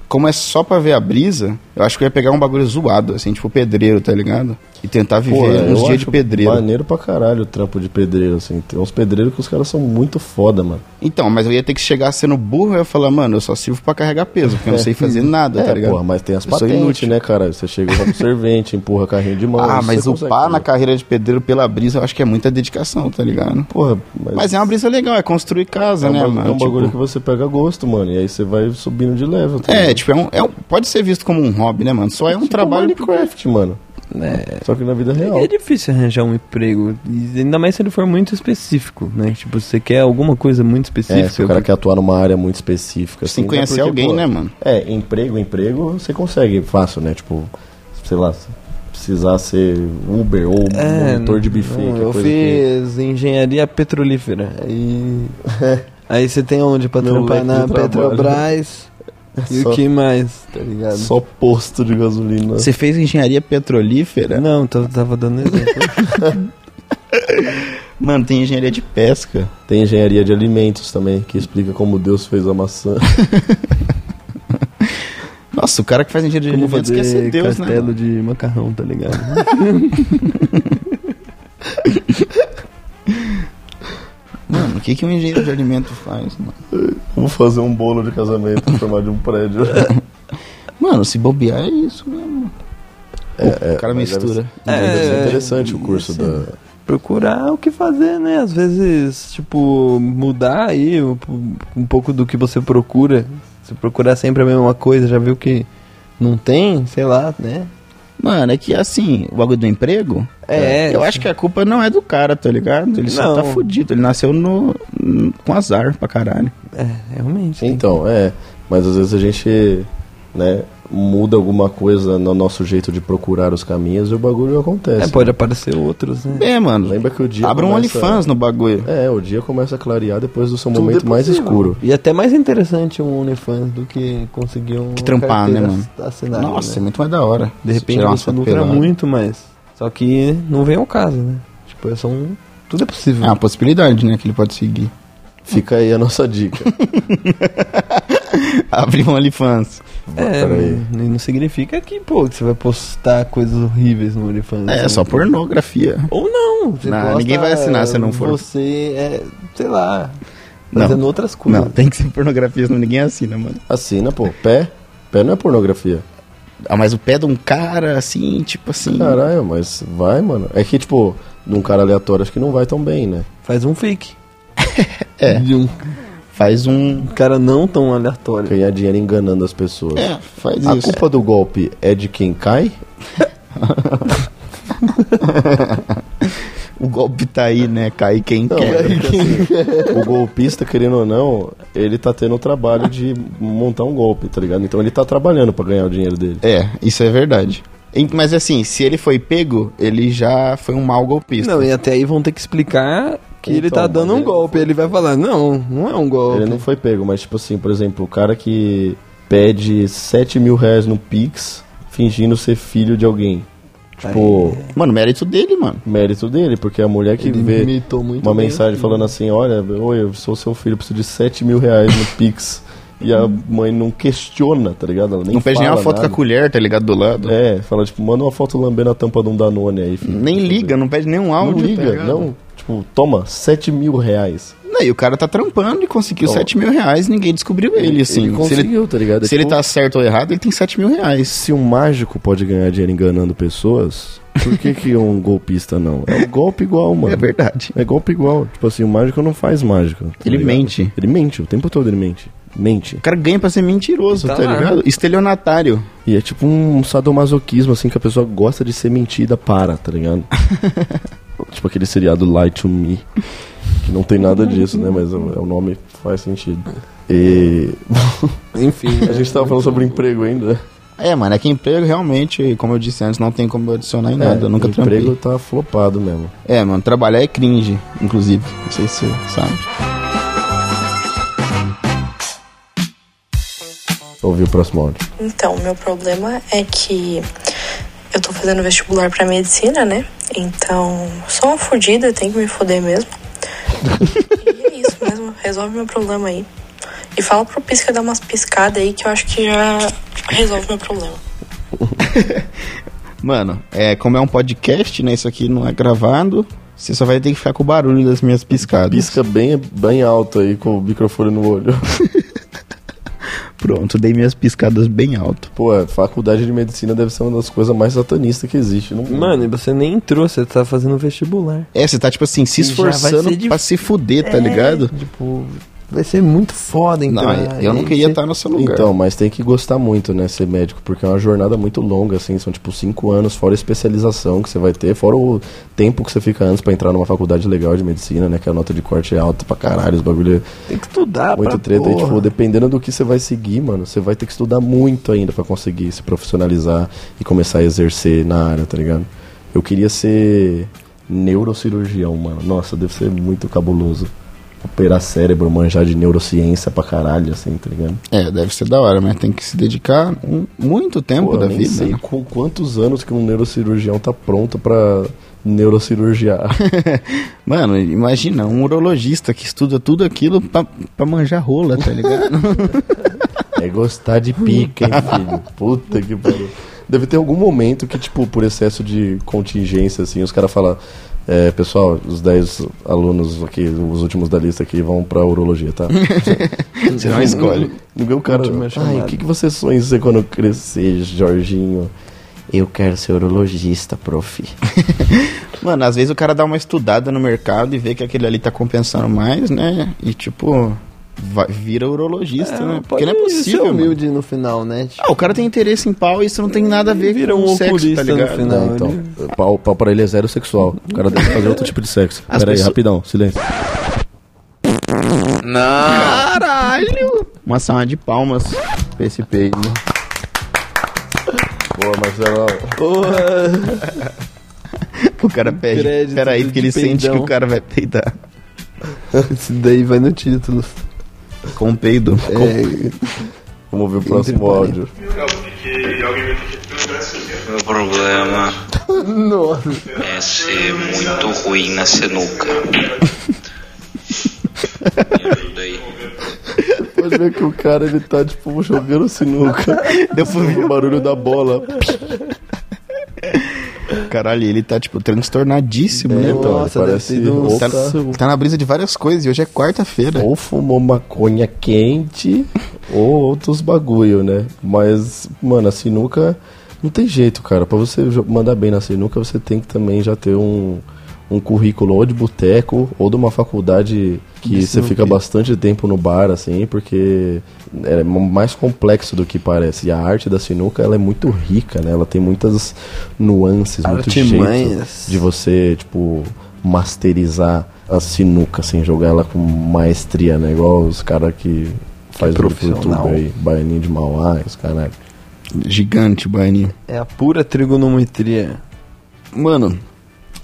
Speaker 3: como é só pra ver a brisa, eu acho que eu ia pegar um bagulho zoado, assim, tipo pedreiro, tá ligado? E tentar viver
Speaker 1: Pô, eu
Speaker 3: uns
Speaker 1: acho
Speaker 3: dias de pedreiro.
Speaker 1: Maneiro pra caralho o trampo de pedreiro, assim. Tem uns pedreiros que os caras são muito foda, mano.
Speaker 3: Então, mas eu ia ter que chegar sendo burro e eu ia falar, mano, eu só sirvo pra carregar peso, porque eu não sei fazer nada, tá
Speaker 1: é,
Speaker 3: ligado?
Speaker 1: porra, mas tem as
Speaker 3: Eu sou
Speaker 1: patentes,
Speaker 3: inútil.
Speaker 1: né, cara? Você chega
Speaker 3: <laughs>
Speaker 1: como servente, empurra carrinho de mão.
Speaker 3: Ah,
Speaker 1: você
Speaker 3: mas
Speaker 1: consegue,
Speaker 3: upar na
Speaker 1: né?
Speaker 3: carreira de pedreiro pela brisa, eu acho que é muita dedicação, tá ligado?
Speaker 1: Porra, mas,
Speaker 3: Mas é uma brisa legal, é construir casa,
Speaker 1: é, um
Speaker 3: né,
Speaker 1: bagulho-
Speaker 3: mano?
Speaker 1: é um bagulho
Speaker 3: Tipo,
Speaker 1: que você pega gosto, mano. E aí você vai subindo de level. tá
Speaker 3: É,
Speaker 1: ligado?
Speaker 3: tipo, é um, é um- pode ser visto como um hobby, né, mano? Só é um
Speaker 1: Tipo
Speaker 3: trabalho.
Speaker 1: Minecraft, mano. Só que na vida real.
Speaker 2: É difícil arranjar um emprego, e ainda mais se ele for muito específico, né? Tipo, você quer alguma coisa muito específica.
Speaker 1: É, se o cara quer atuar numa área muito específica.
Speaker 3: Sem
Speaker 1: assim,
Speaker 3: conhecer
Speaker 1: porque,
Speaker 3: alguém,
Speaker 1: pô,
Speaker 3: né, mano?
Speaker 1: É, emprego, emprego, você consegue fácil, né? Tipo, sei lá, se precisar ser Uber ou
Speaker 2: É,
Speaker 1: um monitor de buffet.
Speaker 2: não,
Speaker 1: que é
Speaker 2: eu
Speaker 1: coisa que-
Speaker 2: fiz engenharia petrolífera. Aí,
Speaker 1: <laughs>
Speaker 2: aí você tem onde pra
Speaker 1: Meu
Speaker 2: trampar
Speaker 1: leque
Speaker 2: na
Speaker 1: de trabalho.
Speaker 2: <laughs> Petrobras e
Speaker 1: Só-
Speaker 2: o que mais, É tá ligado?
Speaker 1: Só posto de gasolina.
Speaker 3: Você fez engenharia petrolífera?
Speaker 2: Não, tô- tava dando exemplo.
Speaker 3: Mano, tem engenharia de pesca.
Speaker 1: Tem engenharia de alimentos também, que explica como Deus fez a maçã. <laughs>
Speaker 3: Nossa, o cara que faz engenharia
Speaker 2: Como
Speaker 3: de alimentos
Speaker 2: fazer
Speaker 3: quer ser Deus, né?
Speaker 2: castelo de macarrão, tá ligado?
Speaker 3: Mano, o que, que um engenheiro de alimento faz, mano?
Speaker 1: Vou fazer um bolo de casamento em formato de um
Speaker 2: <laughs>
Speaker 1: prédio.
Speaker 3: Mano, se bobear é isso mesmo. o cara
Speaker 1: É, mas deve
Speaker 3: mistura.
Speaker 1: Mas deve ser
Speaker 2: É,
Speaker 1: interessante o curso da.
Speaker 2: <laughs> procurar o que fazer, né? Às vezes, tipo, mudar aí um, um pouco do que você procura. Se procurar sempre a mesma coisa, já viu que não tem, sei lá, né?
Speaker 3: Mano, é que assim, o bagulho do emprego.
Speaker 2: É,
Speaker 3: eu
Speaker 2: sim.
Speaker 3: acho que a culpa não é do cara, tá ligado? Ele só
Speaker 2: Não.
Speaker 3: tá fudido. Ele nasceu no, com azar pra caralho.
Speaker 2: É, realmente. tem
Speaker 1: Então, é. Mas às vezes a gente né, muda alguma coisa no nosso jeito de procurar os caminhos e o bagulho acontece.
Speaker 2: É,
Speaker 3: assim.
Speaker 2: pode aparecer outros, né?
Speaker 3: É, mano.
Speaker 1: Lembra que o dia
Speaker 3: Abra um
Speaker 1: começa-
Speaker 3: OnlyFans no bagulho.
Speaker 1: É, o dia começa a clarear depois do seu
Speaker 2: Tudo
Speaker 1: momento
Speaker 2: é
Speaker 1: mais
Speaker 2: possível.
Speaker 1: escuro.
Speaker 2: E até mais interessante um OnlyFans do que conseguir um.
Speaker 3: Que trampar, né,
Speaker 2: carteira
Speaker 3: mano?
Speaker 2: assinada,
Speaker 3: Nossa, é
Speaker 2: né?
Speaker 3: muito mais da hora.
Speaker 2: De
Speaker 3: Você
Speaker 2: repente
Speaker 3: tirar uma
Speaker 2: você
Speaker 3: foto
Speaker 2: lucra
Speaker 3: pelada.
Speaker 2: muito mais. Só que não vem ao caso, né? Tipo, é só um. Tudo é possível.
Speaker 3: É uma possibilidade, né? Que ele pode seguir. <laughs>
Speaker 1: Fica aí a nossa dica.
Speaker 3: Abrir um OnlyFans.
Speaker 2: É,
Speaker 1: Peraí.
Speaker 2: não não significa que, pô, que você vai postar coisas horríveis no OnlyFans.
Speaker 3: É,
Speaker 2: né?
Speaker 3: só pornografia.
Speaker 2: Ou não. Você
Speaker 3: Não,
Speaker 2: posta,
Speaker 3: ninguém vai assinar se não for.
Speaker 2: Você é, sei lá,
Speaker 3: Não.
Speaker 2: fazendo outras coisas.
Speaker 3: Não,
Speaker 1: <laughs>
Speaker 3: tem que ser pornografia, senão ninguém assina, mano.
Speaker 1: Assina, pô. Pé. Pé não é pornografia.
Speaker 3: Ah, mas o pé de um cara, assim, tipo assim.
Speaker 1: Caralho, mas vai, mano. É que, tipo, de um cara aleatório acho que não vai tão bem, né?
Speaker 2: Faz um fake.
Speaker 3: <laughs> É.
Speaker 2: De um
Speaker 3: Faz um.
Speaker 2: cara não tão aleatório.
Speaker 1: Ganhar dinheiro enganando as pessoas.
Speaker 3: É, faz
Speaker 1: A
Speaker 3: isso.
Speaker 1: culpa do golpe é de quem cai?
Speaker 3: O golpe tá aí, né? Cair quem
Speaker 1: Não,
Speaker 3: quer.
Speaker 1: é porque, assim, o golpista, querendo ou não, ele tá tendo o trabalho de montar um golpe, tá ligado? Então ele tá trabalhando pra ganhar o dinheiro dele.
Speaker 3: <laughs> É, isso é verdade. Em- Mas assim, se ele foi pego, ele já foi um mau golpista.
Speaker 2: Não, e até aí vão ter que explicar que ele
Speaker 1: Então,
Speaker 2: tá dando
Speaker 1: mas
Speaker 3: é
Speaker 2: um
Speaker 1: ele
Speaker 2: golpe. Ele vai falar, não, não é um golpe.
Speaker 1: Ele não foi pego, mas tipo assim, por exemplo, o cara que pede 7 mil reais no Pix fingindo ser filho de alguém. Tipo,
Speaker 3: Mano, mérito dele, mano.
Speaker 1: mérito dele, porque a mulher que
Speaker 2: Ele
Speaker 1: vê
Speaker 2: imitou muito
Speaker 1: uma
Speaker 2: bem
Speaker 1: mensagem
Speaker 2: aquilo.
Speaker 1: falando assim, olha, oi, eu sou seu filho, preciso de 7 mil reais no Pix. E a mãe não questiona, tá ligado? Ela nem
Speaker 3: não pede nem
Speaker 1: fala
Speaker 3: uma foto
Speaker 1: nada.
Speaker 3: com a colher, tá ligado? Do lado.
Speaker 1: É, fala tipo, manda uma foto lambendo a tampa de um Danone aí, filho.
Speaker 3: Nem liga, não pede nenhum
Speaker 1: Não
Speaker 3: áudio. tá
Speaker 1: liga,
Speaker 3: ligado?
Speaker 1: não. Tipo, toma, 7 mil reais.
Speaker 3: Não, e o cara tá trampando e conseguiu
Speaker 1: Então,
Speaker 3: 7 mil reais, ninguém descobriu ele, assim. se ele,
Speaker 1: tá ligado? É
Speaker 3: se ele
Speaker 1: tipo,
Speaker 3: tá certo ou errado, ele tem 7 mil reais.
Speaker 1: Se um mágico pode ganhar dinheiro enganando pessoas, por que que um <laughs> golpista não? É um golpe igual, mano.
Speaker 3: É verdade.
Speaker 1: É golpe igual. Tipo assim, o mágico não faz mágica. tá
Speaker 3: Ele
Speaker 1: ligado?
Speaker 3: mente.
Speaker 1: Ele mente, o tempo todo ele mente. Mente.
Speaker 3: O cara ganha pra ser mentiroso,
Speaker 2: Tá
Speaker 3: tá,
Speaker 2: lá.
Speaker 3: ligado? Estelionatário.
Speaker 1: E é tipo um sadomasoquismo, assim, que a pessoa gosta de ser mentida para, tá
Speaker 3: <laughs>
Speaker 1: ligado? tipo aquele seriado Lie to Me. Que não tem nada disso, né? Mas o o nome faz sentido. E.
Speaker 2: Enfim.
Speaker 3: <laughs>
Speaker 1: A gente tava falando sobre emprego ainda, né?
Speaker 3: É, mano, é que emprego realmente, como eu disse antes, não tem como eu adicionar em nada. Eu nunca trampei.
Speaker 1: emprego tá flopado mesmo.
Speaker 3: É, mano, trabalhar é cringe, inclusive. Não sei se você sabe.
Speaker 1: Ouvi o próximo áudio.
Speaker 10: Então, meu problema é que eu tô fazendo vestibular pra medicina, né? Então, sou uma fodida, eu tenho que me foder mesmo. e é isso mesmo, resolve meu problema aí. E fala pro Pisca dar umas piscadas aí que eu acho que já resolve meu problema.
Speaker 3: Mano, é, como é um podcast, né? Isso aqui não é gravado. Você só vai ter que ficar com o barulho das minhas piscadas.
Speaker 1: Pisca bem, bem alto aí com o microfone no olho. <laughs>
Speaker 3: Pronto, dei minhas piscadas bem alto.
Speaker 1: Pô, a faculdade de medicina deve ser uma das coisas mais satanistas que existe. Não...
Speaker 2: Mano, e você nem entrou, você tá fazendo vestibular.
Speaker 3: É, você tá, tipo assim, se
Speaker 2: E já vai
Speaker 3: esforçando
Speaker 2: ser dif-
Speaker 3: pra se fuder, tá ligado?
Speaker 2: Tipo, vai ser muito foda então. Ah,
Speaker 3: Não,
Speaker 2: entrar.
Speaker 3: eu não
Speaker 2: É, Aí
Speaker 3: queria
Speaker 2: você-
Speaker 3: estar no seu é lugar.
Speaker 1: Então, mas tem que gostar muito, né, ser médico, porque é uma jornada muito longa, assim, são tipo cinco anos, fora a especialização que você vai ter, fora o tempo que você fica antes pra entrar numa faculdade legal de medicina, né, que a nota de corte é alta pra caralho, os bagulho
Speaker 2: Tem que estudar,
Speaker 1: é muito
Speaker 2: Ah, pra
Speaker 1: treta, e
Speaker 2: porra.
Speaker 1: tipo, dependendo do que você vai seguir, mano, você vai ter que estudar muito ainda pra conseguir se profissionalizar e começar a exercer na área, tá ligado? Eu queria ser neurocirurgião, mano, nossa, deve ser muito cabuloso. Operar cérebro, manjar de neurociência pra caralho, assim, tá ligado?
Speaker 3: É, deve ser da hora, mas tem que se dedicar um- muito tempo
Speaker 1: Pô, eu
Speaker 3: da
Speaker 1: nem
Speaker 3: vida.
Speaker 1: sei
Speaker 3: né?
Speaker 1: com quantos anos que um neurocirurgião tá pronto pra neurocirurgiar.
Speaker 3: <laughs>
Speaker 1: <laughs>
Speaker 3: Mano, imagina, um urologista que estuda tudo aquilo pra, pra manjar rola, tá ligado?
Speaker 2: <laughs>
Speaker 1: é gostar de pica, hein, filho? Puta que pariu. Deve ter algum momento que, tipo, por excesso de contingência, assim, os caras falam. É, pessoal, os 10 alunos aqui, os últimos da lista aqui, vão pra urologia, tá?
Speaker 3: <laughs> você não escolhe.
Speaker 1: Ninguém o cara.
Speaker 2: Última chamada.
Speaker 1: Ai, o que, que você sonha em ser quando crescer, Jorginho? Eu quero ser urologista, prof.
Speaker 3: Mano, às vezes o cara dá uma estudada no mercado e vê que aquele ali tá compensando mais, né? E tipo, vai- vira urologista,
Speaker 2: É,
Speaker 3: né?
Speaker 2: pode
Speaker 3: Porque não é possível.
Speaker 2: ser
Speaker 3: mano.
Speaker 2: humilde no final, né? Tipo,
Speaker 3: Ah, o cara tem interesse em pau e isso não tem nada a ver
Speaker 2: vira
Speaker 3: com
Speaker 2: um
Speaker 3: sexo, tá
Speaker 2: oculista no
Speaker 3: ligado?
Speaker 2: final.
Speaker 1: Não, então. Pau, pau pra ele é zero sexual. O cara deve fazer outro tipo de sexo.
Speaker 3: As
Speaker 1: Pera aí,
Speaker 3: pessoas-
Speaker 1: rapidão, silêncio.
Speaker 2: <laughs>
Speaker 3: Uma salva de palmas pra esse peido.
Speaker 1: Boa, Marcelão.
Speaker 2: Porra.
Speaker 3: o cara pede.
Speaker 2: Crédito
Speaker 3: Peraí,
Speaker 2: de
Speaker 3: porque ele sente que
Speaker 2: peidão.
Speaker 3: o cara vai peidar.
Speaker 2: Isso daí vai no título. É,
Speaker 3: Com peido.
Speaker 1: Vamos ouvir o próximo áudio.
Speaker 7: Meu problema
Speaker 2: Nossa.
Speaker 7: é ser muito ruim na sinuca. Me ajuda aí.
Speaker 1: Pode ver que o cara ele tá tipo jogando sinuca.
Speaker 3: Deu pra
Speaker 1: O barulho da bola.
Speaker 3: Caralho, ele tá, tipo, transtornadíssimo, né?
Speaker 1: então,
Speaker 2: Nossa,
Speaker 1: ele
Speaker 2: deve
Speaker 1: parece
Speaker 2: ter sido um
Speaker 1: ou
Speaker 3: Tá,
Speaker 1: tá-
Speaker 3: tá na brisa de várias coisas e hoje é quarta-feira.
Speaker 1: ou fumou maconha quente ou outros bagulho, né? Mas, mano, a sinuca não tem jeito, cara. Pra você jo- mandar bem na sinuca, você tem que também já ter um, um currículo ou de boteco ou de uma faculdade que
Speaker 2: De
Speaker 1: você fica
Speaker 2: sinuca.
Speaker 1: bastante tempo no bar, assim, porque é m- mais complexo do que parece. E a arte da sinuca, ela é muito rica, né? Ela tem muitas nuances, muitos
Speaker 2: Artimanhas.
Speaker 1: jeitos de você, tipo, masterizar a sinuca, assim, jogar ela com maestria, né? Igual os caras que faz o
Speaker 2: profissional.
Speaker 1: YouTube aí, Baianinho de Mauá, os caras.
Speaker 3: Gigante, Baianinho.
Speaker 2: É a pura trigonometria.
Speaker 3: Mano,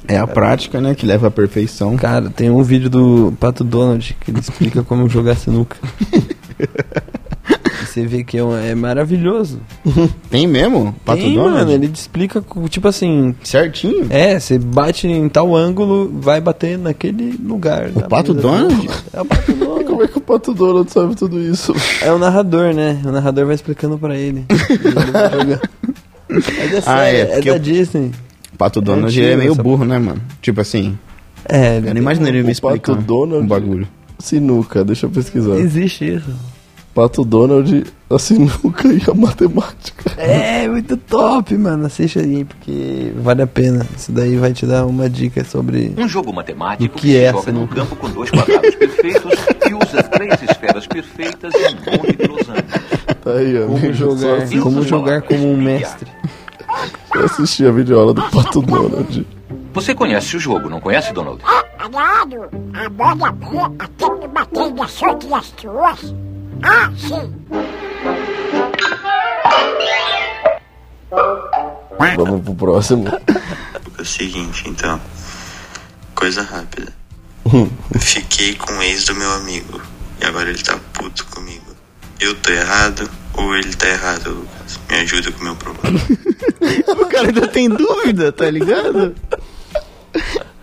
Speaker 3: é a prática, né, que leva à perfeição.
Speaker 2: Cara, tem um vídeo do Pato Donald que ele explica como jogar
Speaker 3: <laughs>
Speaker 2: sinuca. E Você vê que é, um- é maravilhoso.
Speaker 3: Tem mesmo? Pato
Speaker 2: Tem,
Speaker 3: Donald?
Speaker 2: mano, ele te explica, co- tipo assim,
Speaker 3: Certinho?
Speaker 2: É, você bate em tal ângulo, vai bater naquele lugar.
Speaker 3: O
Speaker 2: da
Speaker 3: Pato
Speaker 2: mesa.
Speaker 3: Donald?
Speaker 2: É o
Speaker 3: <laughs>
Speaker 2: Pato Donald.
Speaker 1: Como é que o Pato Donald sabe tudo <laughs> isso?
Speaker 2: É o narrador, né? O narrador vai explicando pra ele. E ele vai jogar. Mas é
Speaker 3: <laughs> Ah, é,
Speaker 2: sério, é,
Speaker 3: porque
Speaker 2: da
Speaker 3: eu-
Speaker 2: Disney.
Speaker 3: Pato Donald ele é
Speaker 2: antigo
Speaker 3: meio
Speaker 2: essa
Speaker 3: burro, né, mano? Tipo assim,
Speaker 2: É,
Speaker 3: eu não imaginaria ele me
Speaker 1: O Pato
Speaker 3: explicar
Speaker 2: né?
Speaker 1: Donald?
Speaker 3: um bagulho.
Speaker 1: Sinuca, deixa eu pesquisar.
Speaker 2: existe isso.
Speaker 1: Pato Donald, a sinuca e a matemática.
Speaker 2: É, muito top, mano. Assiste aí, porque vale a pena. Isso daí vai te dar uma dica sobre...
Speaker 11: Um jogo matemático
Speaker 2: O que
Speaker 11: que, se
Speaker 2: é
Speaker 11: joga num
Speaker 2: sinuca?
Speaker 11: campo com dois quadrados perfeitos e usa três esferas perfeitas e um monte de losangas.
Speaker 1: Tá aí,
Speaker 2: Como
Speaker 1: amigo.
Speaker 2: jogar,
Speaker 11: assim.
Speaker 2: como, jogar como um <laughs> mestre.
Speaker 1: Só assistir a videoaula do Pato
Speaker 2: <laughs>
Speaker 1: Donald.
Speaker 11: Você conhece o jogo, não conhece, Donald?
Speaker 12: Ah,
Speaker 13: Caralho, a bola preta tem que bater nas outras duas. Ah, sim.
Speaker 1: Vamos pro próximo.
Speaker 7: É o seguinte, então. Coisa rápida. Fiquei com o ex do meu amigo. E agora ele tá puto comigo. Eu tô errado ou ele tá errado, Lucas? Me ajuda com o meu problema.
Speaker 3: O cara ainda tem dúvida, tá ligado?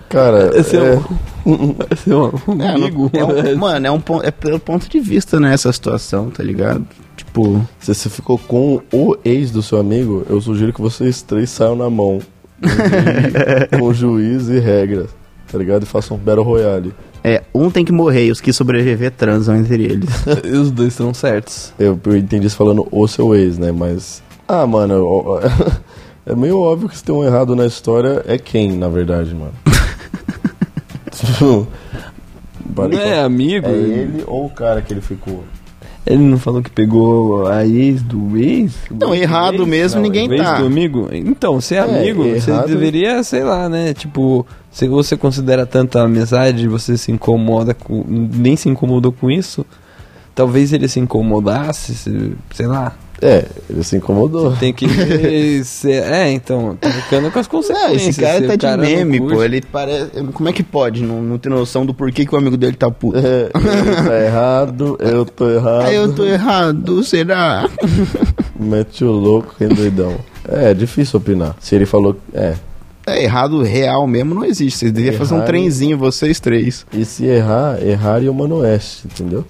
Speaker 1: Cara,
Speaker 2: Esse é,
Speaker 1: é,
Speaker 2: um... Esse é um
Speaker 3: É, não-
Speaker 2: amigo.
Speaker 3: é um- mano, é, um, pon- é pelo ponto de vista, né, essa situação, tá ligado? Tipo,
Speaker 1: se você ficou com o ex do seu amigo, eu sugiro que vocês três saiam na mão. E- com juiz e regras, tá ligado? E façam um Battle Royale.
Speaker 3: é, um tem que morrer e os que sobreviver transam entre eles.
Speaker 2: E os dois estão certos.
Speaker 1: Eu, eu entendi isso falando o seu ex, né? Mas. Ah, mano. eu- <laughs> é meio óbvio que se tem um errado na história, é quem, na verdade, mano. Tipo, vale
Speaker 2: Não é amigo.
Speaker 1: É ele ou o cara que ele ficou?
Speaker 2: Ele não falou que pegou a ex do ex?
Speaker 3: Não, errado mesmo
Speaker 1: Não,
Speaker 3: ninguém
Speaker 2: O ex
Speaker 3: tá.
Speaker 2: do amigo? Então, se é, amigo,
Speaker 1: errado.
Speaker 2: você deveria, sei lá, né? Tipo, se você considera tanta amizade, você se incomoda com. nem se incomodou com isso. Talvez ele se incomodasse, se- sei lá.
Speaker 1: É, ele se incomodou. <laughs>
Speaker 2: Tem que.
Speaker 3: <laughs>
Speaker 2: ser, é, então, tá ficando com as
Speaker 3: Não,
Speaker 2: consequências.
Speaker 3: esse cara
Speaker 2: se o
Speaker 3: tá de
Speaker 2: não
Speaker 3: meme,
Speaker 2: curte-
Speaker 3: pô. Ele parece. Como é que pode? Não, não tem noção do porquê que o amigo dele tá puto.
Speaker 1: É, ele tá errado, eu tô errado.
Speaker 3: Ah, eu tô errado, será?
Speaker 1: Mete o louco, quem doidão. É, é difícil opinar. Se ele falou. É.
Speaker 3: É, errado real mesmo não existe. Vocês deveriam fazer um
Speaker 1: Errado.
Speaker 3: trenzinho, vocês três.
Speaker 1: E se errar, errar e o oeste, entendeu?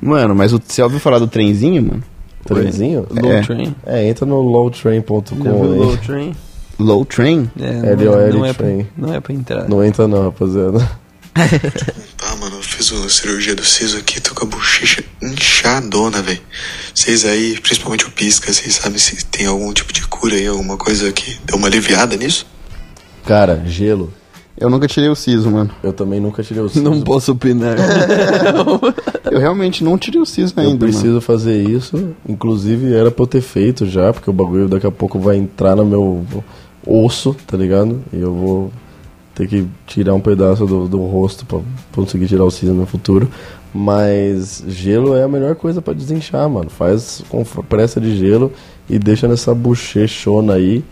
Speaker 3: Mano, mas o- você ouviu falar do trenzinho, mano?
Speaker 1: Trenzinho?
Speaker 2: Low
Speaker 3: É.
Speaker 2: Train.
Speaker 1: É, entra no
Speaker 2: Já viu
Speaker 1: lowtrain.com
Speaker 2: Low
Speaker 1: aí.
Speaker 2: Train?
Speaker 3: Low Train?
Speaker 2: É,
Speaker 1: LOL
Speaker 2: não, é pra,
Speaker 1: Train.
Speaker 2: não é pra entrar.
Speaker 1: Não entra não, rapaziada.
Speaker 7: Tá, mano, eu fiz uma cirurgia do siso aqui, tô com a bochecha inchadona, velho. Vocês aí, principalmente o pisca, vocês sabem se tem algum tipo de cura aí, alguma coisa que deu uma aliviada nisso?
Speaker 1: Cara, gelo.
Speaker 3: Eu nunca tirei o siso, mano.
Speaker 1: Eu também nunca tirei o siso.
Speaker 2: <laughs> Não posso
Speaker 3: <laughs>
Speaker 2: opinar.
Speaker 3: Eu realmente não tirei o siso
Speaker 1: Eu
Speaker 3: ainda,
Speaker 1: preciso
Speaker 3: mano.
Speaker 1: fazer isso. Inclusive, era pra eu ter feito já, porque o bagulho daqui a pouco vai entrar no meu osso, tá ligado? E eu vou ter que tirar um pedaço do, do rosto pra conseguir tirar o siso no futuro. Mas gelo é a melhor coisa pra desinchar, mano. Faz com pressa de gelo e deixa nessa bochechona aí.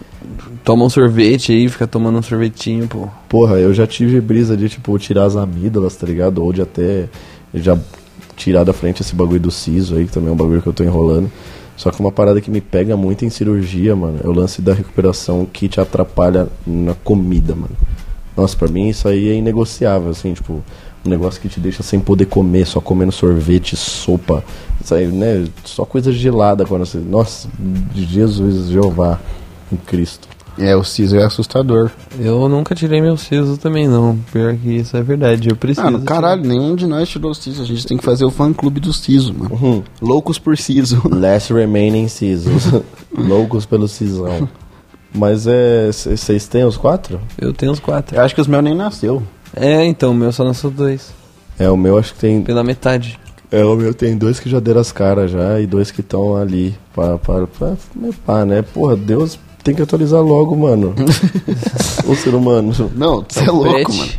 Speaker 2: Toma um sorvete aí, fica tomando um sorvetinho, pô.
Speaker 1: Porra, eu já tive brisa de, tipo, tirar as amígdalas, tá ligado? Ou de até já tirar da frente esse bagulho do siso aí, que também é um bagulho que eu tô enrolando. Só que é uma parada que me pega muito em cirurgia, mano, é o lance da recuperação que te atrapalha na comida, mano. Nossa, pra mim isso aí é inegociável, assim, tipo, um negócio que te deixa sem poder comer, só comendo sorvete, sopa, isso aí, né? Só coisa gelada quando você. Nossa, Jesus, Jeová, em Cristo.
Speaker 3: É, o siso é assustador.
Speaker 2: Eu nunca tirei meu siso também, não. Pior que isso é verdade, eu preciso.
Speaker 3: Mano, Ah, caralho, nenhum de nós tirou o siso. A gente tem que fazer o fã-clube do siso, mano. Uhum. Loucos por <laughs> siso.
Speaker 1: Last remaining
Speaker 3: <laughs>
Speaker 1: sisos. Loucos pelo sisão. Mas é. Vocês têm os quatro?
Speaker 2: Eu tenho os quatro.
Speaker 3: Eu acho que os meus nem nasceu.
Speaker 2: É, então, o meu só nasceu dois.
Speaker 1: É, o meu acho que tem.
Speaker 2: Pela metade.
Speaker 1: É, o meu tem dois que já deram as caras já e dois que estão ali. Para, para, para, pá, né? Porra, Deus tem que atualizar logo,
Speaker 3: <laughs>
Speaker 1: mano. o ser humano.
Speaker 3: Não, você é, é louco, mano.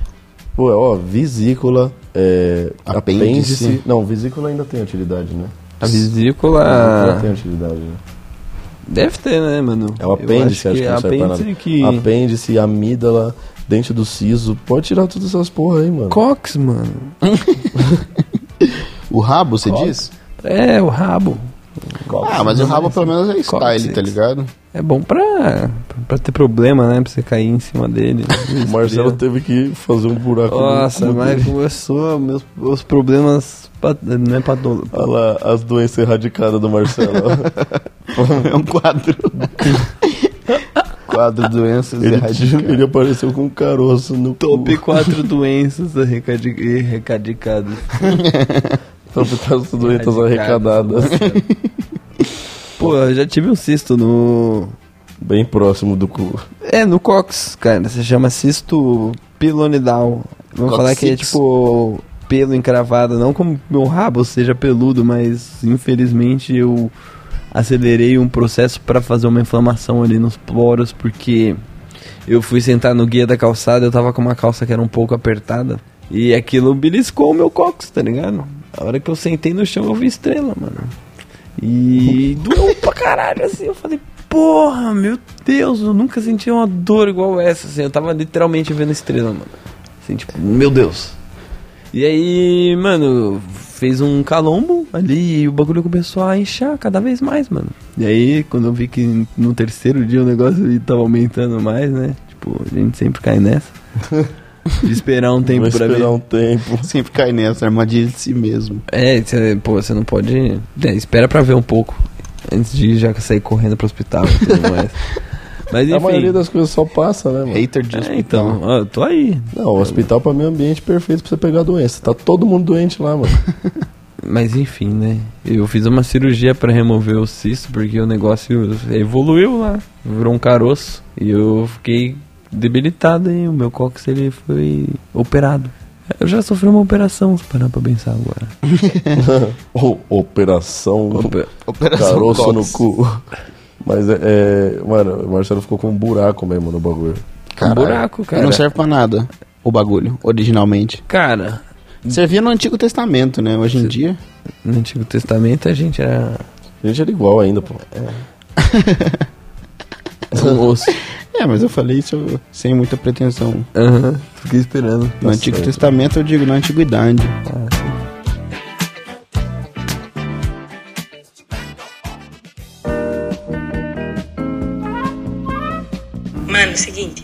Speaker 1: Pô, ó, vesícula, é, apêndice. apêndice. Não, vesícula ainda tem utilidade, né?
Speaker 2: A vesícula.
Speaker 3: Ah.
Speaker 2: A
Speaker 1: vesícula tem utilidade, né?
Speaker 2: Deve ter, né, mano?
Speaker 1: É o apêndice, acho que, acho que, é apêndice que... Apêndice, amígdala, dente do siso. Pode tirar todas essas porra aí, mano.
Speaker 2: Cox, mano.
Speaker 3: o rabo, você Cox? diz?
Speaker 2: É, o rabo.
Speaker 3: Cox, ah, mas o rabo pelo menos é style, Cox, tá ligado?
Speaker 2: É bom pra, pra ter problema, né? Pra você cair em
Speaker 1: <laughs>
Speaker 2: cima dele.
Speaker 1: o Marcelo teve que fazer um buraco.
Speaker 2: Nossa, no mas começou meus, meus problemas. Não é patológico.
Speaker 1: Olha lá, as doenças erradicadas do Marcelo.
Speaker 3: é um quadro. quadro doenças
Speaker 1: ele, erradicadas. Ele apareceu com um caroço no <laughs>
Speaker 2: Top 4 doenças erradicadas.
Speaker 1: Top 4 tá doenças arrecadadas.
Speaker 2: Pô, eu já tive um cisto no.
Speaker 1: Bem próximo do cu.
Speaker 2: É, no cox, cara. Se chama cisto pilonidal. Vamos cox falar que é tipo pelo encravado. Não como meu rabo seja peludo, mas infelizmente eu acelerei um processo para fazer uma inflamação ali nos poros, porque eu fui sentar no guia da calçada. Eu tava com uma calça que era um pouco apertada. E aquilo beliscou o meu cox, tá ligado? A hora que eu sentei no chão eu vi estrela, mano. E doeu pra caralho, assim. Eu falei, porra, meu Deus, eu nunca senti uma dor igual essa, assim. Eu tava literalmente vendo estrela, mano. Assim, tipo, meu Deus. E aí, mano, fez um calombo ali e o bagulho começou a inchar cada vez mais, mano. E aí, quando eu vi que no terceiro dia o negócio tava aumentando mais, né? Tipo, a gente sempre cai nessa. De esperar um tempo Vou
Speaker 1: esperar
Speaker 2: pra ver.
Speaker 1: um tempo.
Speaker 3: <laughs> Sempre cai nessa armadilha de si mesmo.
Speaker 2: É, cê, pô, você não pode. É, espera pra ver um pouco. Antes de já sair correndo pro hospital e tudo mais. Mas enfim.
Speaker 1: A maioria das coisas só passa, né, mano?
Speaker 3: Hater de
Speaker 2: é, hospital. Então, ó, eu tô aí.
Speaker 1: Não, o hospital pra mim é um ambiente perfeito pra você pegar a doença. Tá todo mundo doente lá, mano.
Speaker 2: Mas enfim, né? Eu fiz uma cirurgia para remover o cisto, porque o negócio evoluiu lá. Virou um caroço. E eu fiquei debilitado e o meu cóccix ele foi operado. Eu já sofri uma operação, se parar pra pensar agora.
Speaker 1: o, operação. Ope operação. Caroço cóccix. no cu. Mas é, é, Mano, o Marcelo ficou com um buraco mesmo no bagulho.
Speaker 2: Caralho. Um buraco, cara.
Speaker 3: E não serve pra nada o bagulho, originalmente.
Speaker 2: Cara.
Speaker 3: Servia no Antigo Testamento, né? Hoje em dia.
Speaker 2: No Antigo Testamento a gente era.
Speaker 1: A gente era igual ainda, pô. É.
Speaker 3: <laughs> um osso. É, mas eu falei isso sem muita pretensão.
Speaker 2: Aham, uhum, fiquei esperando.
Speaker 3: No tá Antigo certo. Testamento eu digo na Antiguidade. Ah, sim.
Speaker 14: Mano, seguinte,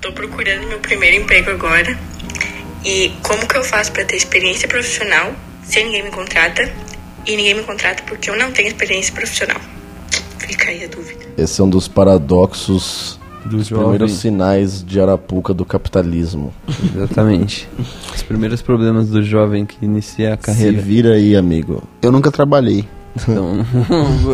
Speaker 14: tô procurando meu primeiro emprego agora. E como que eu faço para ter experiência profissional se ninguém me contrata? E ninguém me contrata porque eu não tenho experiência profissional. Fica aí a dúvida.
Speaker 1: Esse é um dos paradoxos dos
Speaker 2: Então, assim,
Speaker 1: primeiros sinais de Arapuca do capitalismo.
Speaker 2: Exatamente. Os primeiros problemas do jovem que inicia a carreira.
Speaker 1: Se vira aí, amigo.
Speaker 3: Eu nunca trabalhei.
Speaker 2: Então,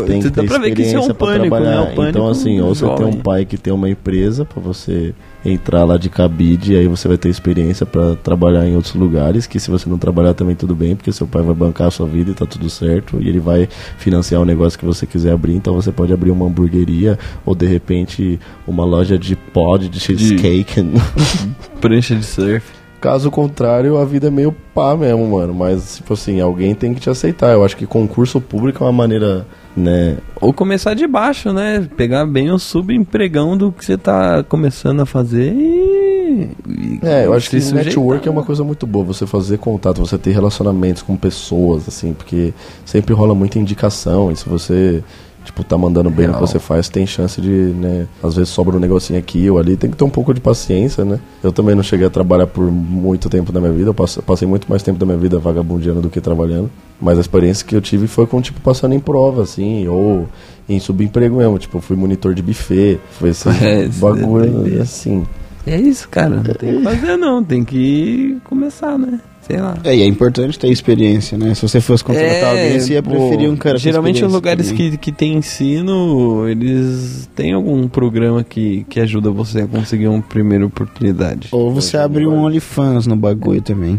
Speaker 2: tem que
Speaker 1: dá pra ver que isso é um pânico, né? Um pânico então, assim, ou você jovem. tem um pai que tem uma empresa para você entrar lá de cabide, aí você vai ter experiência para trabalhar em outros lugares, que se você não trabalhar também tudo bem, porque seu pai vai bancar a sua vida e tá tudo certo, e ele vai financiar o um negócio que você quiser abrir, então você pode abrir uma hamburgueria, ou de repente uma loja de pod, de cheesecake. <laughs>
Speaker 2: Prancha de surf.
Speaker 1: Caso contrário, a vida é meio pá mesmo, mano. Mas, tipo assim, alguém tem que te aceitar. Eu acho que concurso público é uma maneira, né?
Speaker 2: Ou começar de baixo, né? Pegar bem o subempregão do que você tá começando a fazer e. e
Speaker 1: É, eu acho
Speaker 2: se
Speaker 1: que
Speaker 2: sujeitar. né?
Speaker 1: network é uma coisa muito boa. Você fazer contato, você ter relacionamentos com pessoas, assim, porque sempre rola muita indicação. E se você, tipo, tá mandando bem no
Speaker 2: Real.
Speaker 1: que você faz, tem chance de, né? Às vezes sobra um negocinho aqui ou ali. Tem que ter um pouco de paciência, né? Eu também não cheguei a trabalhar por muito tempo da minha vida. Eu passo- passei muito mais tempo da minha vida vagabundeando do que trabalhando. Mas a experiência que eu tive foi com, tipo, passando em prova, assim, ou em subemprego mesmo. Tipo, eu fui monitor de buffet. Foi esse
Speaker 2: <laughs> É, isso é
Speaker 1: bagulho,
Speaker 2: doideira.
Speaker 1: assim.
Speaker 2: É isso, cara. Não tem o que fazer, não. Tem que começar, né? Sei lá.
Speaker 3: É, e é importante ter experiência, né? Se você fosse contratar alguém, você ia
Speaker 2: É, pô,
Speaker 3: preferir um cara com
Speaker 2: Geralmente é os
Speaker 3: experiência
Speaker 2: lugares
Speaker 3: também.
Speaker 2: que, que tem ensino, eles têm algum programa que, que ajuda você a conseguir uma primeira oportunidade.
Speaker 3: Ou
Speaker 1: Tipo,
Speaker 3: você abre um OnlyFans no bagulho também.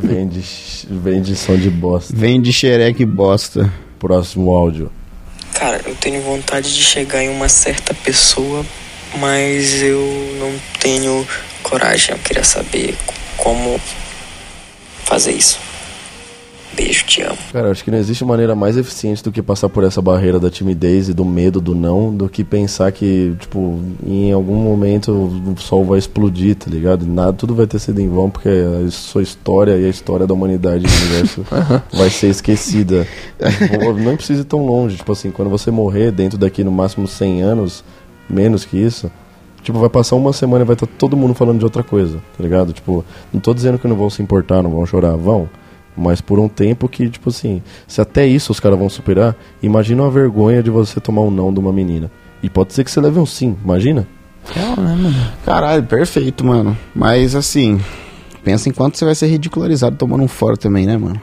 Speaker 1: Vende, vende som de bosta.
Speaker 3: Vende xereque bosta.
Speaker 1: Próximo áudio.
Speaker 15: Cara, eu tenho vontade de chegar em uma certa pessoa, mas eu não tenho coragem. Eu queria saber c- como fazer isso. Beijo, te amo.
Speaker 1: Cara, eu acho que não existe maneira mais eficiente do que passar por essa barreira da timidez e do medo do não, do que pensar que, tipo, em algum momento o sol vai explodir, tá ligado? Nada, tudo vai ter sido em vão, porque a sua história e a história da humanidade e do universo vai ser esquecida. Vou- Não precisa ir tão longe, tipo assim, quando você morrer dentro daqui no máximo 100 anos, menos que isso, Tipo, vai passar uma semana e vai estar todo mundo falando de outra coisa, tá ligado? Tipo, não tô dizendo que não vão se importar, não vão chorar, vão. Mas por um tempo que, tipo assim, se até isso os caras vão superar, imagina a vergonha de você tomar um não de uma menina. E pode ser que você leve um sim, imagina?
Speaker 3: Caralho, perfeito, mano. Mas assim, pensa enquanto você vai ser ridicularizado tomando um fora também, né, mano?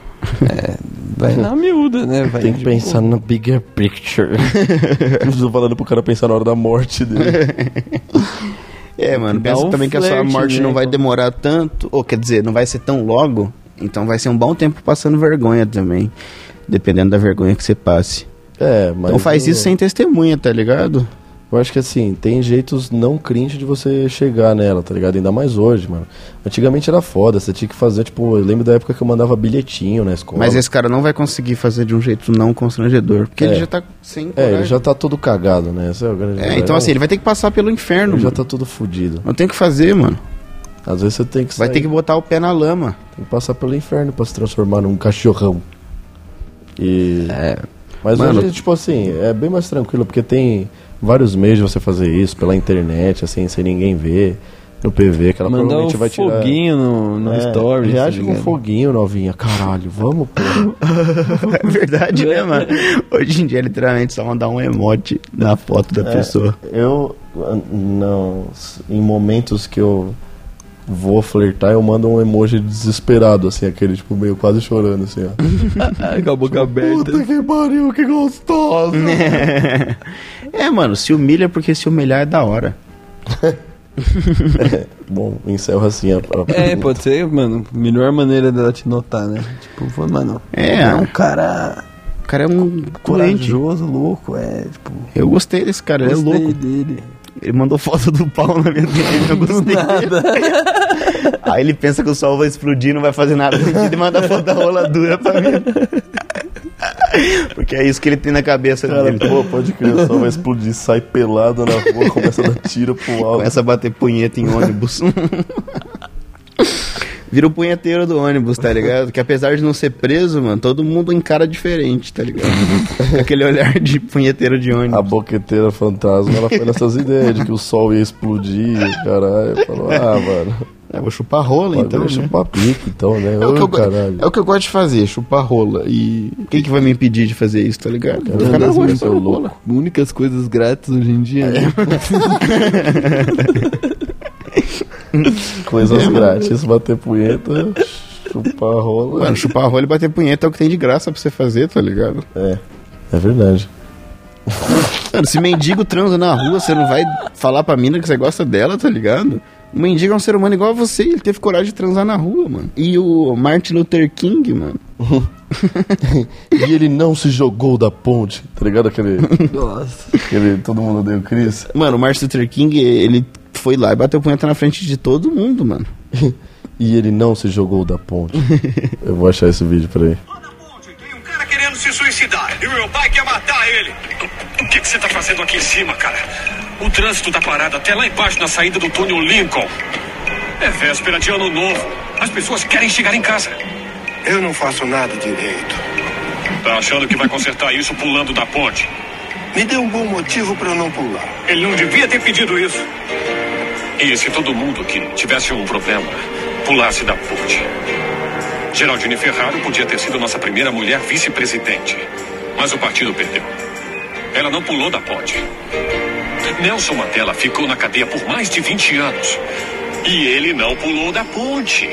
Speaker 3: É,
Speaker 2: Vai na miúda, né? Vai
Speaker 1: Tem que
Speaker 2: de
Speaker 1: pensar na bigger picture. Eu tô falando pro cara pensar na hora da morte dele.
Speaker 3: É, mano,
Speaker 1: Dá
Speaker 3: pensa
Speaker 1: um
Speaker 3: também que a sua
Speaker 1: flerte,
Speaker 3: morte
Speaker 1: né?
Speaker 3: não vai demorar tanto, ou quer dizer, não vai ser tão logo, então vai ser um bom tempo passando vergonha também, dependendo da vergonha que você passe.
Speaker 1: É, mas
Speaker 3: Então faz
Speaker 1: eu-
Speaker 3: isso sem testemunha, tá ligado?
Speaker 1: Eu acho que assim, tem jeitos não cringe de você chegar nela, tá ligado? Ainda mais hoje, mano. Antigamente era foda, você tinha que fazer, tipo, eu lembro da época que eu mandava bilhetinho na escola.
Speaker 3: Mas esse cara não vai conseguir fazer de um jeito não constrangedor, porque ele já tá sem
Speaker 1: É, ele
Speaker 3: coragem.
Speaker 1: já tá todo cagado, né? Essa é, a grande
Speaker 3: É,
Speaker 1: verdade.
Speaker 3: então assim, ele vai ter que passar pelo inferno,
Speaker 1: Ele já
Speaker 3: mano.
Speaker 1: tá tudo fudido.
Speaker 3: Não tem o que fazer, mano.
Speaker 1: Às vezes você tem que
Speaker 3: Vai ter que botar o pé na lama. <laughs>
Speaker 1: Tem que passar pelo inferno pra se transformar num cachorrão. E. É. Mas
Speaker 3: Mano-
Speaker 1: hoje, tipo assim, é bem mais tranquilo, porque tem vários meios de você fazer isso pela internet, assim, sem ninguém ver. No PV, que ela
Speaker 2: Mandar
Speaker 1: provavelmente
Speaker 2: um
Speaker 1: vai tirar.
Speaker 2: foguinho no-
Speaker 1: É,
Speaker 2: no stories,
Speaker 1: Reage
Speaker 2: tá
Speaker 1: com
Speaker 2: ligado?
Speaker 1: um foguinho, novinha. Caralho, vamos, pô.
Speaker 3: <laughs> É verdade, né, mano? <laughs> Hoje em dia, literalmente, só mandar um emote na foto da
Speaker 1: É,
Speaker 3: pessoa. <laughs>
Speaker 1: Eu ah, não, s- em momentos que eu vou flertar, eu mando um emoji desesperado, assim, aquele tipo meio quase chorando, assim,
Speaker 3: <laughs>
Speaker 1: ó.
Speaker 2: Ah, Com a boca aberta.
Speaker 1: Tipo, Puta que pariu, que
Speaker 3: <laughs>
Speaker 1: gostoso!
Speaker 3: é, mano, se humilha porque se humilhar é da hora.
Speaker 1: Bom, encerro assim a, a
Speaker 2: É, pode ser, mano. Melhor maneira dela te notar, né? Tipo, pô, mano.
Speaker 3: É.
Speaker 2: É um cara.
Speaker 3: O cara é um doente.
Speaker 2: corajoso, louco, é. Tipo,
Speaker 3: Eu gostei desse cara, ele é
Speaker 2: Gostei
Speaker 3: louco.
Speaker 2: dele.
Speaker 3: Ele mandou foto do pau na minha DM, eu gostei dele. <laughs> Aí ele pensa que o sol vai explodir, não vai fazer nada sentido e manda foto da rola dura pra mim. Porque é isso que ele tem na cabeça
Speaker 1: Cara,
Speaker 3: dele.
Speaker 1: pô, pode crer, o sol vai explodir, sai pelado na rua, começa a dar tiro pro alto.
Speaker 3: Começa a bater punheta em <laughs> ônibus. Vira o punheteiro do ônibus, tá ligado? Que apesar de não ser preso, mano, todo mundo encara diferente, tá <laughs> ligado? Aquele olhar de punheteiro de ônibus.
Speaker 1: A boqueteira fantasma, ela foi nessas ideias de que o sol ia explodir, caralho. Falou, ah, mano.
Speaker 3: É, vou chupar rola então, né?
Speaker 1: Vou chupar pique então, né?
Speaker 3: É o, que
Speaker 1: Ô,
Speaker 3: eu, go-
Speaker 1: caralho.
Speaker 3: é o que eu gosto de fazer, chupar rola. E quem que vai me impedir de fazer isso, tá ligado? Vou
Speaker 2: Uma
Speaker 3: ficar na
Speaker 2: das
Speaker 3: rua
Speaker 2: minhas
Speaker 3: chupando
Speaker 1: né?
Speaker 3: rola.
Speaker 2: únicas coisas grátis hoje em dia.
Speaker 3: É.
Speaker 2: né?
Speaker 1: Coisas
Speaker 3: É, mano.
Speaker 1: grátis, bater punheta, chupar rola.
Speaker 3: Mano, chupar rola e bater punheta é o que tem de graça pra você fazer, tá ligado?
Speaker 1: É. É verdade.
Speaker 3: Mano, se mendigo transa na rua, você não vai falar pra mina que você gosta dela, tá ligado? O mendigo é um ser humano igual a você, ele teve coragem de transar na rua, mano. E o Martin Luther King, mano.
Speaker 1: e ele não se jogou da ponte, tá ligado? Aquele.
Speaker 2: Nossa.
Speaker 1: aquele todo mundo odeia o Chris.
Speaker 3: Mano, o Martin Luther King, ele foi lá e bateu punheta na frente de todo mundo, mano.
Speaker 1: e ele não se jogou da ponte. <laughs> Eu vou achar esse vídeo pra ele.
Speaker 12: um querendo se suicidar e o meu pai quer matar ele. O que, que você tá fazendo aqui em cima, cara? O trânsito tá parado até lá embaixo na saída do túnel Lincoln. É véspera de ano novo. As pessoas querem chegar em casa.
Speaker 16: Eu não faço nada direito.
Speaker 12: Tá achando que vai consertar isso pulando da ponte?
Speaker 16: Me deu um bom motivo pra eu não pular.
Speaker 12: Ele não devia ter pedido isso. E se todo mundo que tivesse um problema pulasse da ponte? Geraldine Ferraro podia ter sido nossa primeira mulher vice-presidente, mas o partido perdeu. Ela não pulou da ponte. Nelson Mandela ficou na cadeia por mais de 20 anos e ele não pulou da ponte.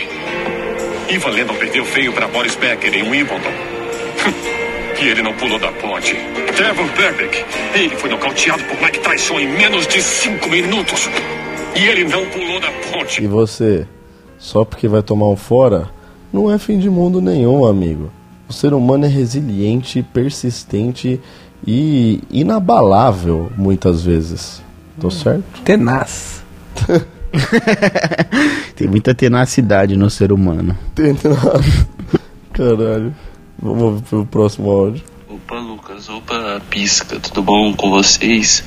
Speaker 12: Ivan Lendon perdeu feio para Boris Becker em Wimbledon. <laughs> e ele não pulou da ponte. Trevor Burbick, ele foi nocauteado por Mike Tyson em menos de 5 minutos. E ele não pulou da ponte.
Speaker 1: E você, só porque vai tomar um fora, não é fim de mundo nenhum, amigo. O ser humano é resiliente, persistente e inabalável muitas vezes. Tô certo?
Speaker 2: Tenaz.
Speaker 3: Tem muita tenacidade no ser humano. <laughs>
Speaker 1: Tenaz. <laughs> Caralho. Vamos pro próximo áudio.
Speaker 7: Opa, Lucas. Opa, Pisca. Tudo bom com vocês?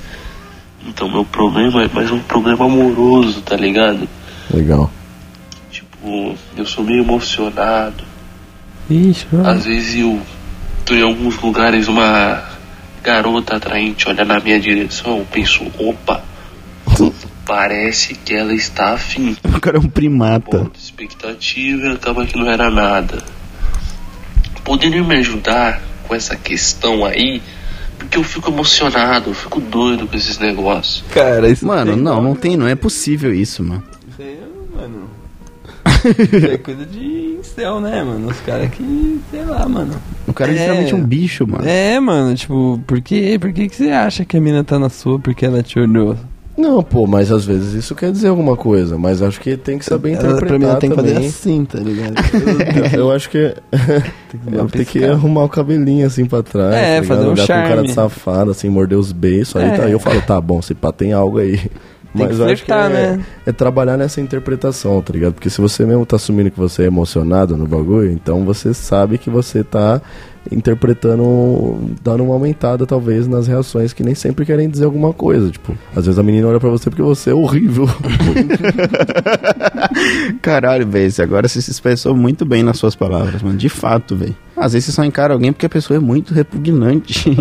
Speaker 7: Então, meu problema é mais um problema amoroso, tá ligado?
Speaker 1: Legal.
Speaker 7: Tipo, eu sou meio emocionado.
Speaker 2: Ixi, mano.
Speaker 7: Às vezes eu tô em alguns lugares, uma garota atraente olha na minha direção, eu penso, opa, parece que ela está afim.
Speaker 3: O cara é um primata.
Speaker 7: Expectativa e acaba que não era nada. Poderiam me ajudar com essa questão aí? Porque eu fico emocionado, eu fico doido com esses negócios.
Speaker 2: Cara, isso
Speaker 3: Mano, não, não tem, não é possível isso, mano.
Speaker 2: Isso aí,
Speaker 3: <laughs>
Speaker 2: mano. Isso é coisa de incel, né, mano? Os caras que, sei lá, mano.
Speaker 3: O cara é, literalmente um bicho, mano.
Speaker 2: É, mano, tipo, por que, por que, que você acha que a mina tá na sua porque ela te olhou?
Speaker 1: Não, pô, mas às vezes isso quer dizer alguma coisa, mas acho que tem que saber
Speaker 2: Ela,
Speaker 1: interpretar
Speaker 2: pra mim, ela tem que fazer
Speaker 1: é também.
Speaker 2: assim, tá ligado?
Speaker 1: <laughs> Eu, eu acho que tem, que
Speaker 2: piscada.
Speaker 1: arrumar o cabelinho assim pra trás.
Speaker 2: É,
Speaker 1: tá ligado?
Speaker 2: fazer um
Speaker 1: Olhar com cara de
Speaker 2: charme.
Speaker 1: safado, assim, morder os beiços. Aí,
Speaker 2: É.
Speaker 1: tá, aí eu falo, tá bom, se pá, tem algo aí.
Speaker 2: Tem
Speaker 1: Mas
Speaker 2: que
Speaker 1: eu acho que
Speaker 2: flertar,
Speaker 1: é,
Speaker 2: né?
Speaker 1: é trabalhar nessa interpretação, tá ligado? Porque se você mesmo tá assumindo que você é emocionado no bagulho, então você sabe que você tá interpretando, dando uma aumentada talvez nas reações que nem sempre querem dizer alguma coisa. Tipo, às vezes a menina olha pra você porque você é horrível. <laughs>
Speaker 3: Caralho, velho, você agora você se expressou muito bem nas suas palavras, mano. De fato, velho. Às vezes você só encara alguém porque a pessoa é muito <laughs> repugnante.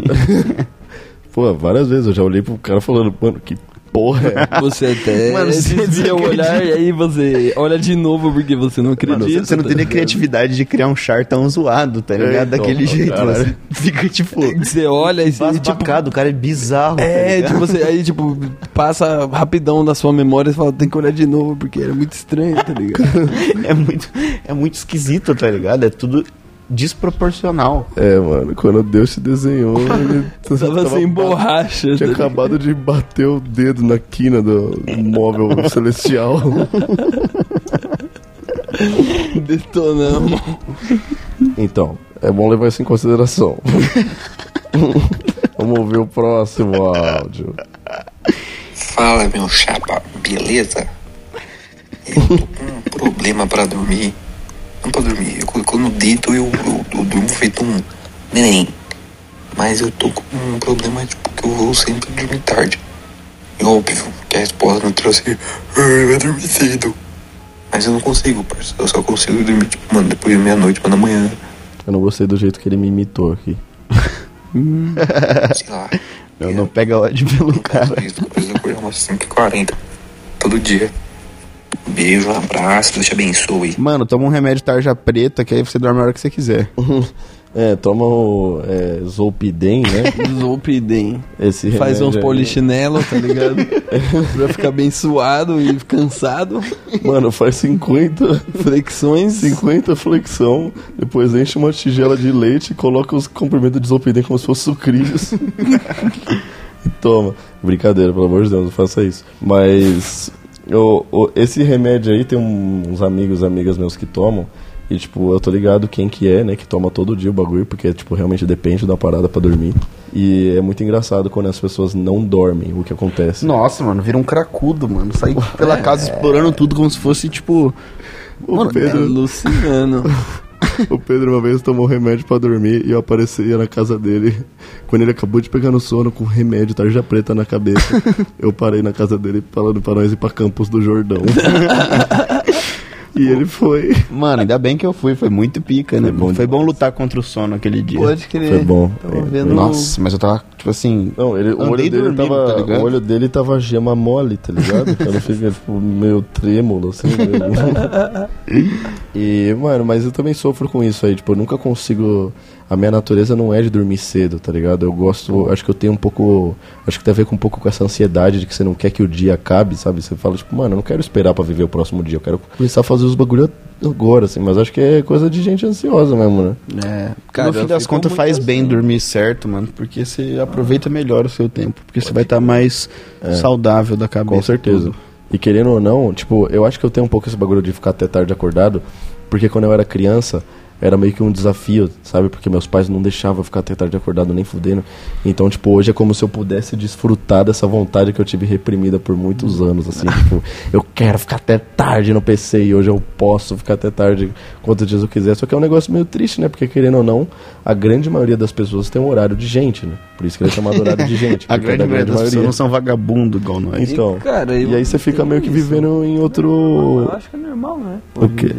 Speaker 1: Pô, várias vezes eu já olhei pro cara falando, mano, que porra é
Speaker 2: Você até <laughs>
Speaker 3: Mano, você
Speaker 2: desvia o
Speaker 3: desacredita.
Speaker 2: olhar e aí você olha de novo porque você não acredita.
Speaker 3: Mano, você, você não
Speaker 2: tá
Speaker 3: teria
Speaker 2: ligado?
Speaker 3: criatividade de criar um char tão zoado, tá ligado?
Speaker 2: É, então,
Speaker 3: Daquele jeito.
Speaker 2: cara.
Speaker 3: Você <laughs> fica tipo.
Speaker 2: Você olha e você, tipo,
Speaker 9: Bacado, o cara é bizarro. tá
Speaker 2: É,
Speaker 9: ligado?
Speaker 2: tipo, você, aí, tipo, passa rapidão da sua memória e fala, tem que olhar de novo, porque era muito estranho, tá ligado?
Speaker 3: <laughs> é, muito, é muito esquisito, tá ligado? É tudo desproporcional.
Speaker 1: É, mano, quando Deus te desenhou, ele <laughs> t-
Speaker 2: Tava sem borracha,
Speaker 1: Tinha
Speaker 2: tá
Speaker 1: acabado de bater o dedo na quina do móvel <laughs> celestial.
Speaker 2: ligado? <laughs> Detonamos.
Speaker 1: Então, é bom levar isso em <laughs> consideração. Vamos ver o próximo áudio.
Speaker 17: Fala, meu chapa, beleza? Eu tô com um problema pra dormir. Não pra dormir, eu, quando eu deito eu, eu, eu durmo feito um neném. Mas eu tô com um problema, tipo, que eu vou sempre dormir tarde. E óbvio que a resposta não trouxe "Ai, vai dormir cedo. Mas eu não consigo, parceiro. Eu só consigo dormir, tipo, mano, depois de meia-noite, mano, amanhã.
Speaker 1: Eu não gostei do jeito que ele me imitou aqui.
Speaker 17: Sei lá.
Speaker 3: Não, não pega ódio <laughs> pelo cara.
Speaker 17: isso, eu preciso acordar umas 5h40. Todo dia. Beijo, um abraço, Deus te abençoe.
Speaker 3: Mano, toma um remédio tarja preta que aí você dorme a hora que você quiser.
Speaker 1: <laughs> É, toma o é, Zolpidem, <laughs> né?
Speaker 2: Zolpidem.
Speaker 1: Esse
Speaker 2: Faz uns
Speaker 1: remédio é. aí.
Speaker 2: polichinelo, tá ligado? pra ficar bem suado e cansado.
Speaker 1: Mano, faz 50,
Speaker 2: Flexões.
Speaker 1: 50 flexão, depois enche uma tigela de leite e coloca os comprimentos de Zolpidem como se fossem sucrilhos. e toma. Brincadeira, pelo amor de Deus, não faça isso. Mas o- o- esse remédio aí tem um- uns amigos e amigas meus que tomam. E, tipo, eu tô ligado quem que é, né, que toma todo dia o bagulho, porque, tipo, realmente depende da parada pra dormir. E é muito engraçado quando as pessoas não dormem, o que acontece.
Speaker 3: Nossa, mano, vira um cracudo, mano. Sai pela casa explorando tudo como se fosse, tipo...
Speaker 2: O
Speaker 3: Mano,
Speaker 2: Pedro
Speaker 3: é
Speaker 2: Luciano.
Speaker 1: <laughs> O Pedro uma vez tomou remédio pra dormir e eu aparecia na casa dele. Quando ele acabou de pegar no sono com remédio, tarja preta na cabeça, eu parei na casa dele falando pra nós ir pra Campos do Jordão. e ele foi.
Speaker 3: Mano, ainda bem que eu fui, foi muito pica, né?
Speaker 1: Foi bom
Speaker 3: Foi bom lutar contra o sono aquele dia.
Speaker 2: Pode crer.
Speaker 1: Foi bom.
Speaker 2: Tava
Speaker 1: É,
Speaker 2: vendo-
Speaker 3: Nossa, mas eu tava, tipo assim.
Speaker 1: Não, ele, o,
Speaker 3: andei
Speaker 1: olho dele
Speaker 3: dormindo,
Speaker 1: tava,
Speaker 3: tá ligado?
Speaker 1: o olho dele tava gema mole, tá
Speaker 3: <laughs>
Speaker 1: ligado? Ela fica, tipo, meio trêmulo, assim. meio- e, mano, mas eu também sofro com isso aí. Tipo, eu nunca consigo... A minha natureza não é de dormir cedo, tá ligado? Eu gosto... Acho que eu tenho um pouco... Acho que tem a ver com um pouco com essa ansiedade de que você não quer que o dia acabe, sabe? Você fala, tipo, mano, eu não quero esperar pra viver o próximo dia. Eu quero começar a fazer os bagulho agora, assim. Mas acho que é coisa de gente ansiosa mesmo, né?
Speaker 3: É,
Speaker 2: Cara,
Speaker 3: no fim
Speaker 2: eu
Speaker 3: das
Speaker 2: fico
Speaker 3: contas
Speaker 2: muito
Speaker 3: faz
Speaker 2: assim.
Speaker 3: bem dormir certo, mano, porque você aproveita melhor o seu tempo, porque você vai estar mais saudável da cabeça.
Speaker 1: Com certeza. E querendo ou não, tipo, eu acho que eu tenho um pouco esse bagulho de ficar até tarde acordado, porque quando eu era criança, era meio que um desafio, sabe? Porque meus pais não deixavam eu ficar até tarde acordado nem fudendo. Então, tipo, hoje é como se eu pudesse desfrutar dessa vontade que eu tive reprimida por muitos anos, assim,
Speaker 3: <laughs>
Speaker 1: tipo, eu quero ficar até tarde no PC e hoje eu posso ficar até tarde quantos dias eu quiser. Só que é um negócio meio triste, né? Porque querendo ou não, a grande maioria das pessoas tem um horário de gente, né? Por isso que ele é chamado horário
Speaker 3: <laughs>
Speaker 1: de gente.
Speaker 3: A
Speaker 1: porque é
Speaker 3: grande
Speaker 1: da
Speaker 3: maioria das pessoas não são vagabundo igual nós.
Speaker 1: então,
Speaker 2: E, cara, eu-
Speaker 1: e aí você fica meio que vivendo em
Speaker 2: Eu
Speaker 1: outro.
Speaker 2: acho que é normal, né?
Speaker 1: O quê?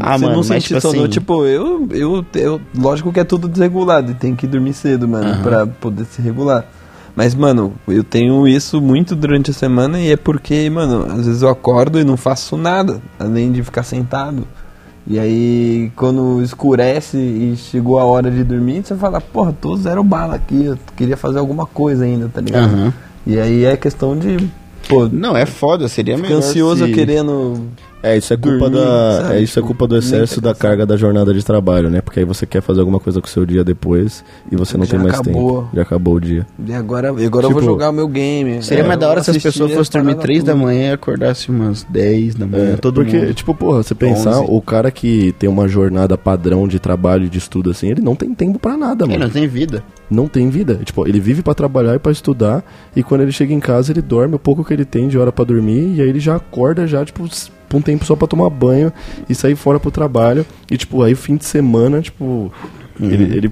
Speaker 3: Ah,
Speaker 2: você
Speaker 3: mano,
Speaker 2: não
Speaker 3: mas,
Speaker 2: sente
Speaker 3: tipo
Speaker 2: sono.
Speaker 3: assim-
Speaker 2: Tipo, eu, eu, eu. Lógico que é tudo desregulado e tem que dormir cedo, mano, pra poder se regular. Mas, mano, eu tenho isso muito durante a semana e é porque, mano, às vezes eu acordo e não faço nada, além de ficar sentado. E aí, quando escurece e chegou a hora de dormir, você fala, porra, tô zero bala aqui, eu queria fazer alguma coisa ainda, tá ligado?
Speaker 3: Aham.
Speaker 2: E aí é questão de, pô,
Speaker 3: Não, é foda, seria
Speaker 2: fica
Speaker 3: melhor.
Speaker 2: ansioso
Speaker 3: se-
Speaker 2: querendo
Speaker 1: É, isso é culpa
Speaker 2: Dormir,
Speaker 1: da.
Speaker 2: sabe?
Speaker 1: É, isso é culpa do
Speaker 2: Nem tá
Speaker 1: excesso da
Speaker 2: cansado.
Speaker 1: carga da jornada de trabalho, né? Porque aí você quer fazer alguma coisa com o seu dia depois e você não
Speaker 2: Já
Speaker 1: tem mais
Speaker 2: acabou.
Speaker 1: tempo. Já acabou o dia.
Speaker 2: E agora, e agora eu
Speaker 1: Tipo,
Speaker 2: vou jogar o meu game.
Speaker 3: Seria
Speaker 2: É,
Speaker 3: mais da hora
Speaker 2: eu
Speaker 3: se as
Speaker 2: assisti
Speaker 3: pessoas
Speaker 2: as
Speaker 3: fossem dormir
Speaker 2: paradas
Speaker 3: 3 da
Speaker 2: tudo.
Speaker 3: manhã e acordasse umas 10 da manhã.
Speaker 1: É,
Speaker 3: todo
Speaker 1: porque,
Speaker 3: mundo.
Speaker 1: tipo, porra, você pensar,
Speaker 3: 11.
Speaker 1: o cara que tem uma jornada padrão de trabalho e de estudo assim, ele não tem tempo pra nada,
Speaker 3: Ele
Speaker 1: mano.
Speaker 3: não tem vida.
Speaker 1: não tem vida. Tipo, ele vive pra trabalhar e pra estudar, e quando ele chega em casa, ele dorme o pouco que ele tem de hora pra dormir, e aí ele já acorda já, tipo, s- pra um tempo só pra tomar banho e sair fora pro trabalho. E, tipo, aí o fim de semana, tipo, ele, ele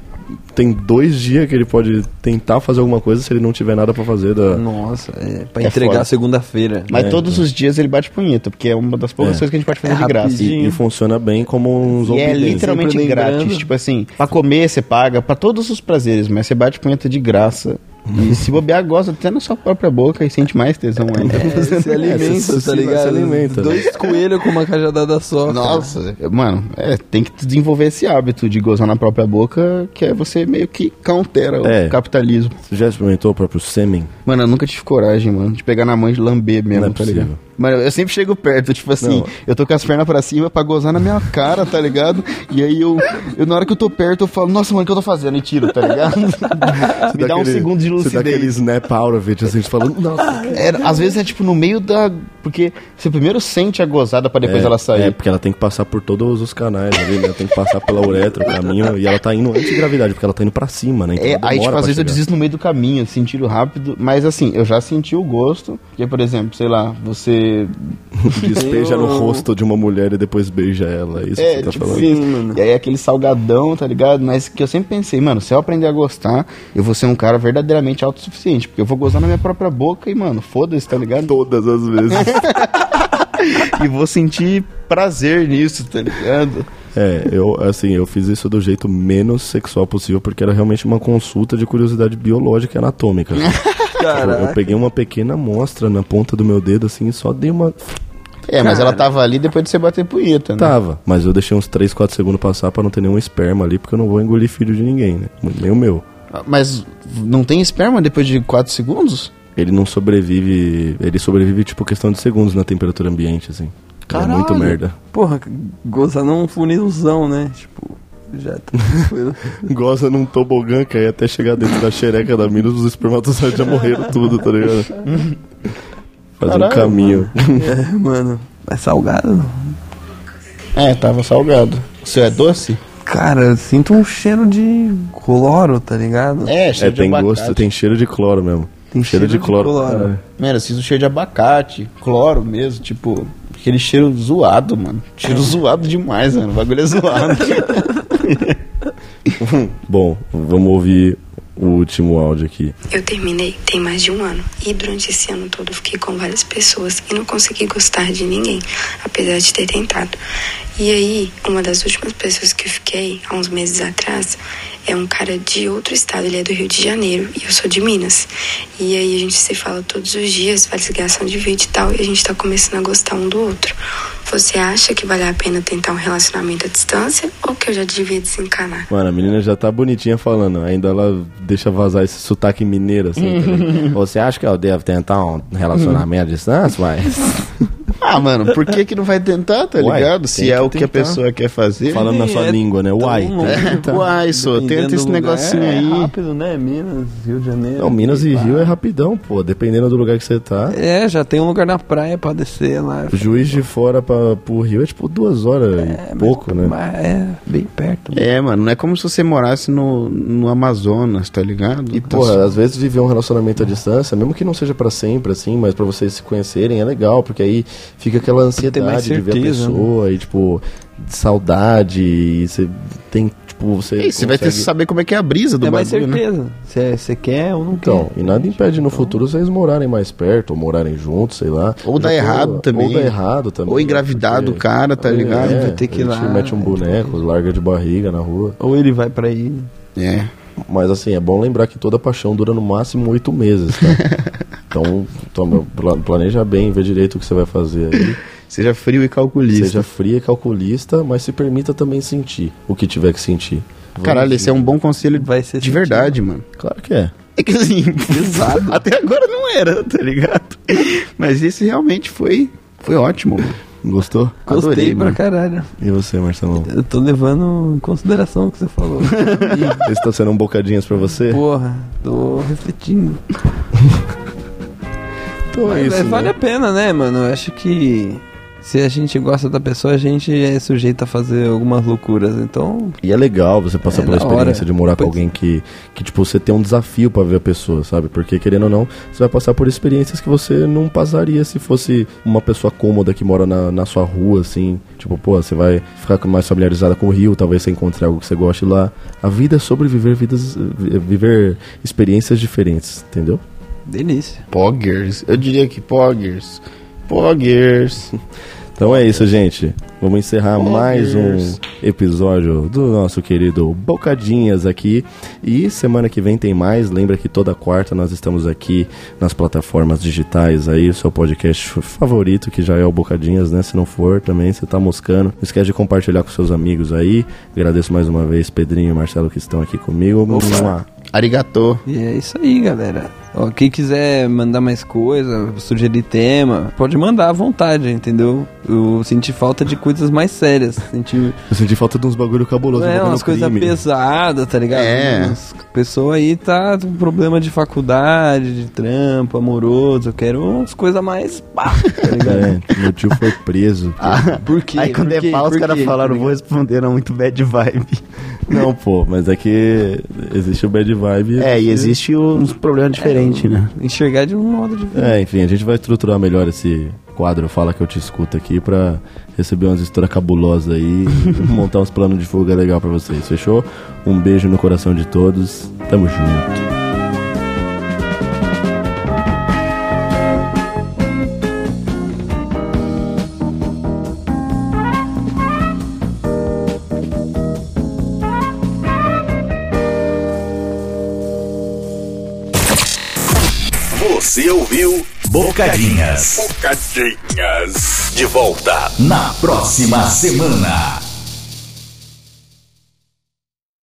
Speaker 1: tem dois dias que ele pode tentar fazer alguma coisa se ele não tiver nada pra fazer da...
Speaker 2: Nossa, é, pra
Speaker 3: É foda.
Speaker 2: entregar segunda-feira.
Speaker 3: Mas
Speaker 1: É,
Speaker 3: todos os dias ele bate punheta, porque então. é uma das poucas
Speaker 1: É.
Speaker 3: coisas que a gente pode fazer
Speaker 2: É
Speaker 3: de graça.
Speaker 2: rapidinho.
Speaker 1: E, e funciona bem como um
Speaker 3: E
Speaker 1: zumbi.
Speaker 3: é literalmente
Speaker 2: Sempre lembrando.
Speaker 3: grátis. Tipo assim, pra comer você paga, pra todos os prazeres, mas você bate punheta de graça. E se bobear, gosta até na sua própria boca e sente mais tesão ainda.
Speaker 2: É, se alimenta,
Speaker 1: se-
Speaker 2: tá ligado?
Speaker 1: se alimenta.
Speaker 2: Dois coelhos com uma cajadada só.
Speaker 3: né? Nossa, mano, é, tem que desenvolver esse hábito de gozar na própria boca, que é você meio que countera
Speaker 1: É.
Speaker 3: o capitalismo.
Speaker 1: Você já experimentou o próprio sêmen?
Speaker 3: Mano, eu nunca tive coragem, mano, de pegar na mão e de lamber mesmo,
Speaker 1: Não é
Speaker 3: tá
Speaker 1: possível.
Speaker 3: ligado? Mano, eu sempre chego perto, tipo assim,
Speaker 1: Não.
Speaker 3: eu tô com as pernas pra cima pra gozar na minha cara, tá ligado? E aí eu, eu, na hora que eu tô perto, eu falo, nossa, mano, o que eu tô fazendo? E tiro, tá
Speaker 1: <laughs>
Speaker 3: ligado? Me dá um
Speaker 1: Daquele-
Speaker 3: segundo de
Speaker 1: Você dá aquele
Speaker 3: lucidez.
Speaker 1: snap out of it, assim,
Speaker 3: <laughs>
Speaker 1: falando, nossa...
Speaker 3: É, às vezes é tipo no meio da. Porque você primeiro sente a gozada pra depois
Speaker 1: é,
Speaker 3: ela sair.
Speaker 1: É, porque ela tem que passar por todos os canais ali, né? Ela tem que passar pela uretra, o caminho, e ela tá indo anti-gravidade, porque ela tá indo pra cima, né? Então
Speaker 3: É,
Speaker 1: ela
Speaker 3: aí, tipo,
Speaker 1: demora
Speaker 3: às
Speaker 1: pra
Speaker 3: vezes eu
Speaker 1: chegar.
Speaker 3: desisto no meio do caminho, assim, tiro rápido. Mas, assim, eu já senti o gosto. Porque, por exemplo, sei lá, você...
Speaker 1: Despeja no
Speaker 2: Eu-
Speaker 1: rosto de uma mulher e depois beija ela, é isso que
Speaker 3: É,
Speaker 1: você tá
Speaker 3: tipo
Speaker 1: falando?
Speaker 3: assim, E aí, aquele salgadão, tá ligado? Mas que eu sempre pensei, mano, se eu aprender a gostar, eu vou ser um cara verdadeiramente autossuficiente. Porque eu vou gozar na minha própria boca e, mano, foda-se, tá ligado?
Speaker 1: Todas as vezes.
Speaker 3: <laughs> e vou sentir prazer nisso, tá ligado?
Speaker 1: é, eu, assim, eu fiz isso do jeito menos sexual possível, porque era realmente uma consulta de curiosidade biológica e
Speaker 3: <laughs>
Speaker 1: anatômica. assim. Tipo, eu
Speaker 2: Caraca.
Speaker 1: peguei uma pequena amostra na ponta do meu dedo, assim, e só dei uma.
Speaker 3: É, mas ela tava ali depois de você bater punheta, né?
Speaker 1: Tava, mas eu deixei uns 3, 4 segundos passar pra não ter nenhum esperma ali, porque eu não vou engolir filho de ninguém, né? Nem o meu.
Speaker 3: Mas não tem esperma depois de 4 segundos?
Speaker 1: Ele não sobrevive. Ele sobrevive, tipo, questão de segundos na temperatura ambiente, assim.
Speaker 3: Caralho.
Speaker 1: É muito merda.
Speaker 2: Porra, gozar num funilzão, né? Tipo, já tá <laughs> tranquilo.
Speaker 1: <laughs> Goza num tobogã que aí até chegar dentro da xereca da mina, os espermatozoides já morreram tudo, tá <laughs> ligado? Fazer um
Speaker 3: Caralho,
Speaker 1: caminho.
Speaker 2: é, mano. É salgado?
Speaker 3: É, tava salgado. O seu é doce?
Speaker 2: Cara, eu sinto um cheiro de cloro, tá ligado?
Speaker 1: É, cheiro é, tem de abacate. gosto, tem cheiro de cloro mesmo.
Speaker 2: Tem cheiro, cheiro de, de cloro. cloro.
Speaker 1: É.
Speaker 2: Cara.
Speaker 3: Mano, eu sinto um cheiro de abacate, cloro mesmo, tipo, aquele cheiro zoado, mano. <laughs> Cheiro zoado demais, mano. O bagulho é zoado. <laughs>
Speaker 1: Bom, vamos ouvir o último áudio aqui.
Speaker 18: Eu terminei tem mais de um ano e durante esse ano todo fiquei com várias pessoas e não consegui gostar de ninguém, apesar de ter tentado. E aí, uma das últimas pessoas que eu fiquei, há uns meses atrás, é um cara de outro estado, ele é do Rio de Janeiro e eu sou de Minas. E aí a gente se fala todos os dias, faz ligação de vídeo e tal, e a gente tá começando a gostar um do outro. Você acha que vale a pena tentar um relacionamento à distância ou que eu já devia desencanar?
Speaker 1: Mano, a menina já tá bonitinha falando, ainda ela deixa vazar esse sotaque mineiro assim. <laughs> tá Você acha que eu devo tentar um relacionamento à distância, mas
Speaker 3: Ah, mano, por que que não vai tentar, tá Uai, ligado? Se é que o que tentar. a pessoa quer fazer. <laughs>
Speaker 1: Falando na sua é língua, né? Uai.
Speaker 3: É, uai, só, tenta esse negocinho
Speaker 2: é,
Speaker 3: aí.
Speaker 2: É rápido, né? Minas, Rio de Janeiro.
Speaker 1: Não, Minas e Rio é rapidão, pô. Dependendo do lugar que você tá.
Speaker 2: É, já tem um lugar na praia pra descer lá.
Speaker 1: Juiz de fora pra, pro Rio é tipo duas horas e pouco,
Speaker 2: mas,
Speaker 1: né?
Speaker 2: Mas é, bem perto.
Speaker 3: Mano. É, mano, não é como se você morasse no, no Amazonas, tá ligado?
Speaker 1: E, porra, tá às vezes viver um relacionamento à distância, mesmo que não seja pra sempre, assim, mas pra vocês se conhecerem, é legal, porque aí fica aquela ansiedade certeza, de ver a pessoa né? e tipo saudade e você tem tipo você
Speaker 3: e você consegue... vai ter que saber como é que é a brisa do
Speaker 2: é mais
Speaker 3: bagulho,
Speaker 2: certeza né? você quer ou não
Speaker 1: então,
Speaker 2: quer
Speaker 1: e nada impede no então... futuro vocês morarem mais perto ou morarem juntos sei lá
Speaker 3: ou dá errado
Speaker 1: ou,
Speaker 3: também
Speaker 1: ou dá errado também
Speaker 3: ou engravidado porque... o cara tá ligado
Speaker 1: é, vai ter que ir lá mete um boneco é. larga de barriga na rua
Speaker 2: ou ele vai para aí
Speaker 3: é
Speaker 1: mas assim é bom lembrar que toda paixão dura no máximo oito meses tá? <laughs> Então, toma, planeja bem, vê direito o que você vai fazer aí.
Speaker 3: Seja frio e calculista.
Speaker 1: Seja frio e calculista, mas se permita também sentir o que tiver que sentir.
Speaker 3: Vamos Caralho, esse é um bom conselho vai ser de sentido. verdade, mano.
Speaker 1: Claro que é.
Speaker 3: É que assim, pesado. até agora não era, tá ligado? Mas esse realmente foi, foi ótimo. Mano.
Speaker 1: Gostou?
Speaker 2: Gostei Adorei, pra mano. caralho.
Speaker 1: E você, Marcelão?
Speaker 2: Eu tô levando em consideração o que você <laughs> falou.
Speaker 1: Estão sendo um bocadinhos pra você?
Speaker 2: Porra, tô refletindo.
Speaker 1: Então é isso,
Speaker 2: vale
Speaker 1: né?
Speaker 2: a pena, né, mano? Eu acho que se a gente gosta da pessoa, a gente é sujeito a fazer algumas loucuras, então...
Speaker 1: E é legal você passar é pela experiência hora. de morar Depois... com alguém que, que, tipo, você tem um desafio para ver a pessoa, sabe? Porque, querendo ou não, você vai passar por experiências que você não passaria se fosse uma pessoa cômoda que mora na, na sua rua, assim. Tipo, pô, você vai ficar mais familiarizada com o Rio, talvez você encontre algo que você goste lá. A vida é sobre viver, vidas, viver experiências diferentes, entendeu?
Speaker 2: Delícia.
Speaker 3: Poggers. Eu diria que Poggers. Poggers.
Speaker 1: Então é isso, gente. Vamos encerrar Poggers. mais um episódio do nosso querido Bocadinhas aqui. E semana que vem tem mais. Lembra que toda quarta nós estamos aqui nas plataformas digitais aí, o seu podcast favorito, que já é o Bocadinhas, né? Se não for também, você tá moscando. Não esquece de compartilhar com seus amigos aí. Agradeço mais uma vez Pedrinho e Marcelo que estão aqui comigo. Opa.
Speaker 3: Arigato.
Speaker 2: E é isso aí, galera. Ó, quem quiser mandar mais coisa, sugerir tema, pode mandar à vontade, entendeu? Eu senti falta de coisas mais sérias. Senti...
Speaker 1: Eu senti falta de uns bagulho cabuloso.
Speaker 2: É, umas coisas pesadas, tá ligado?
Speaker 3: É. Umas
Speaker 2: pessoa aí tá com problema de faculdade, de trampo, amoroso. Eu quero umas coisas mais pá,
Speaker 3: <laughs>
Speaker 2: tá ligado?
Speaker 1: É, meu tio foi preso.
Speaker 3: Porque... Ah, por quê? Aí quando por quê? é pau, os caras falaram, vou responder, não, muito bad vibe.
Speaker 1: Não, pô, mas é que existe o bad vibe.
Speaker 3: É, e existe uns problemas diferentes, é, né?
Speaker 2: Enxergar de um modo diferente.
Speaker 1: É, enfim, a gente vai estruturar melhor esse quadro Fala Que Eu Te Escuto aqui pra receber umas histórias cabulosas aí <laughs> montar uns planos de fuga legal pra vocês, fechou? Um beijo no coração de todos, tamo junto.
Speaker 4: Você ouviu Bocadinhas.
Speaker 5: Bocadinhas.
Speaker 4: De volta na próxima semana.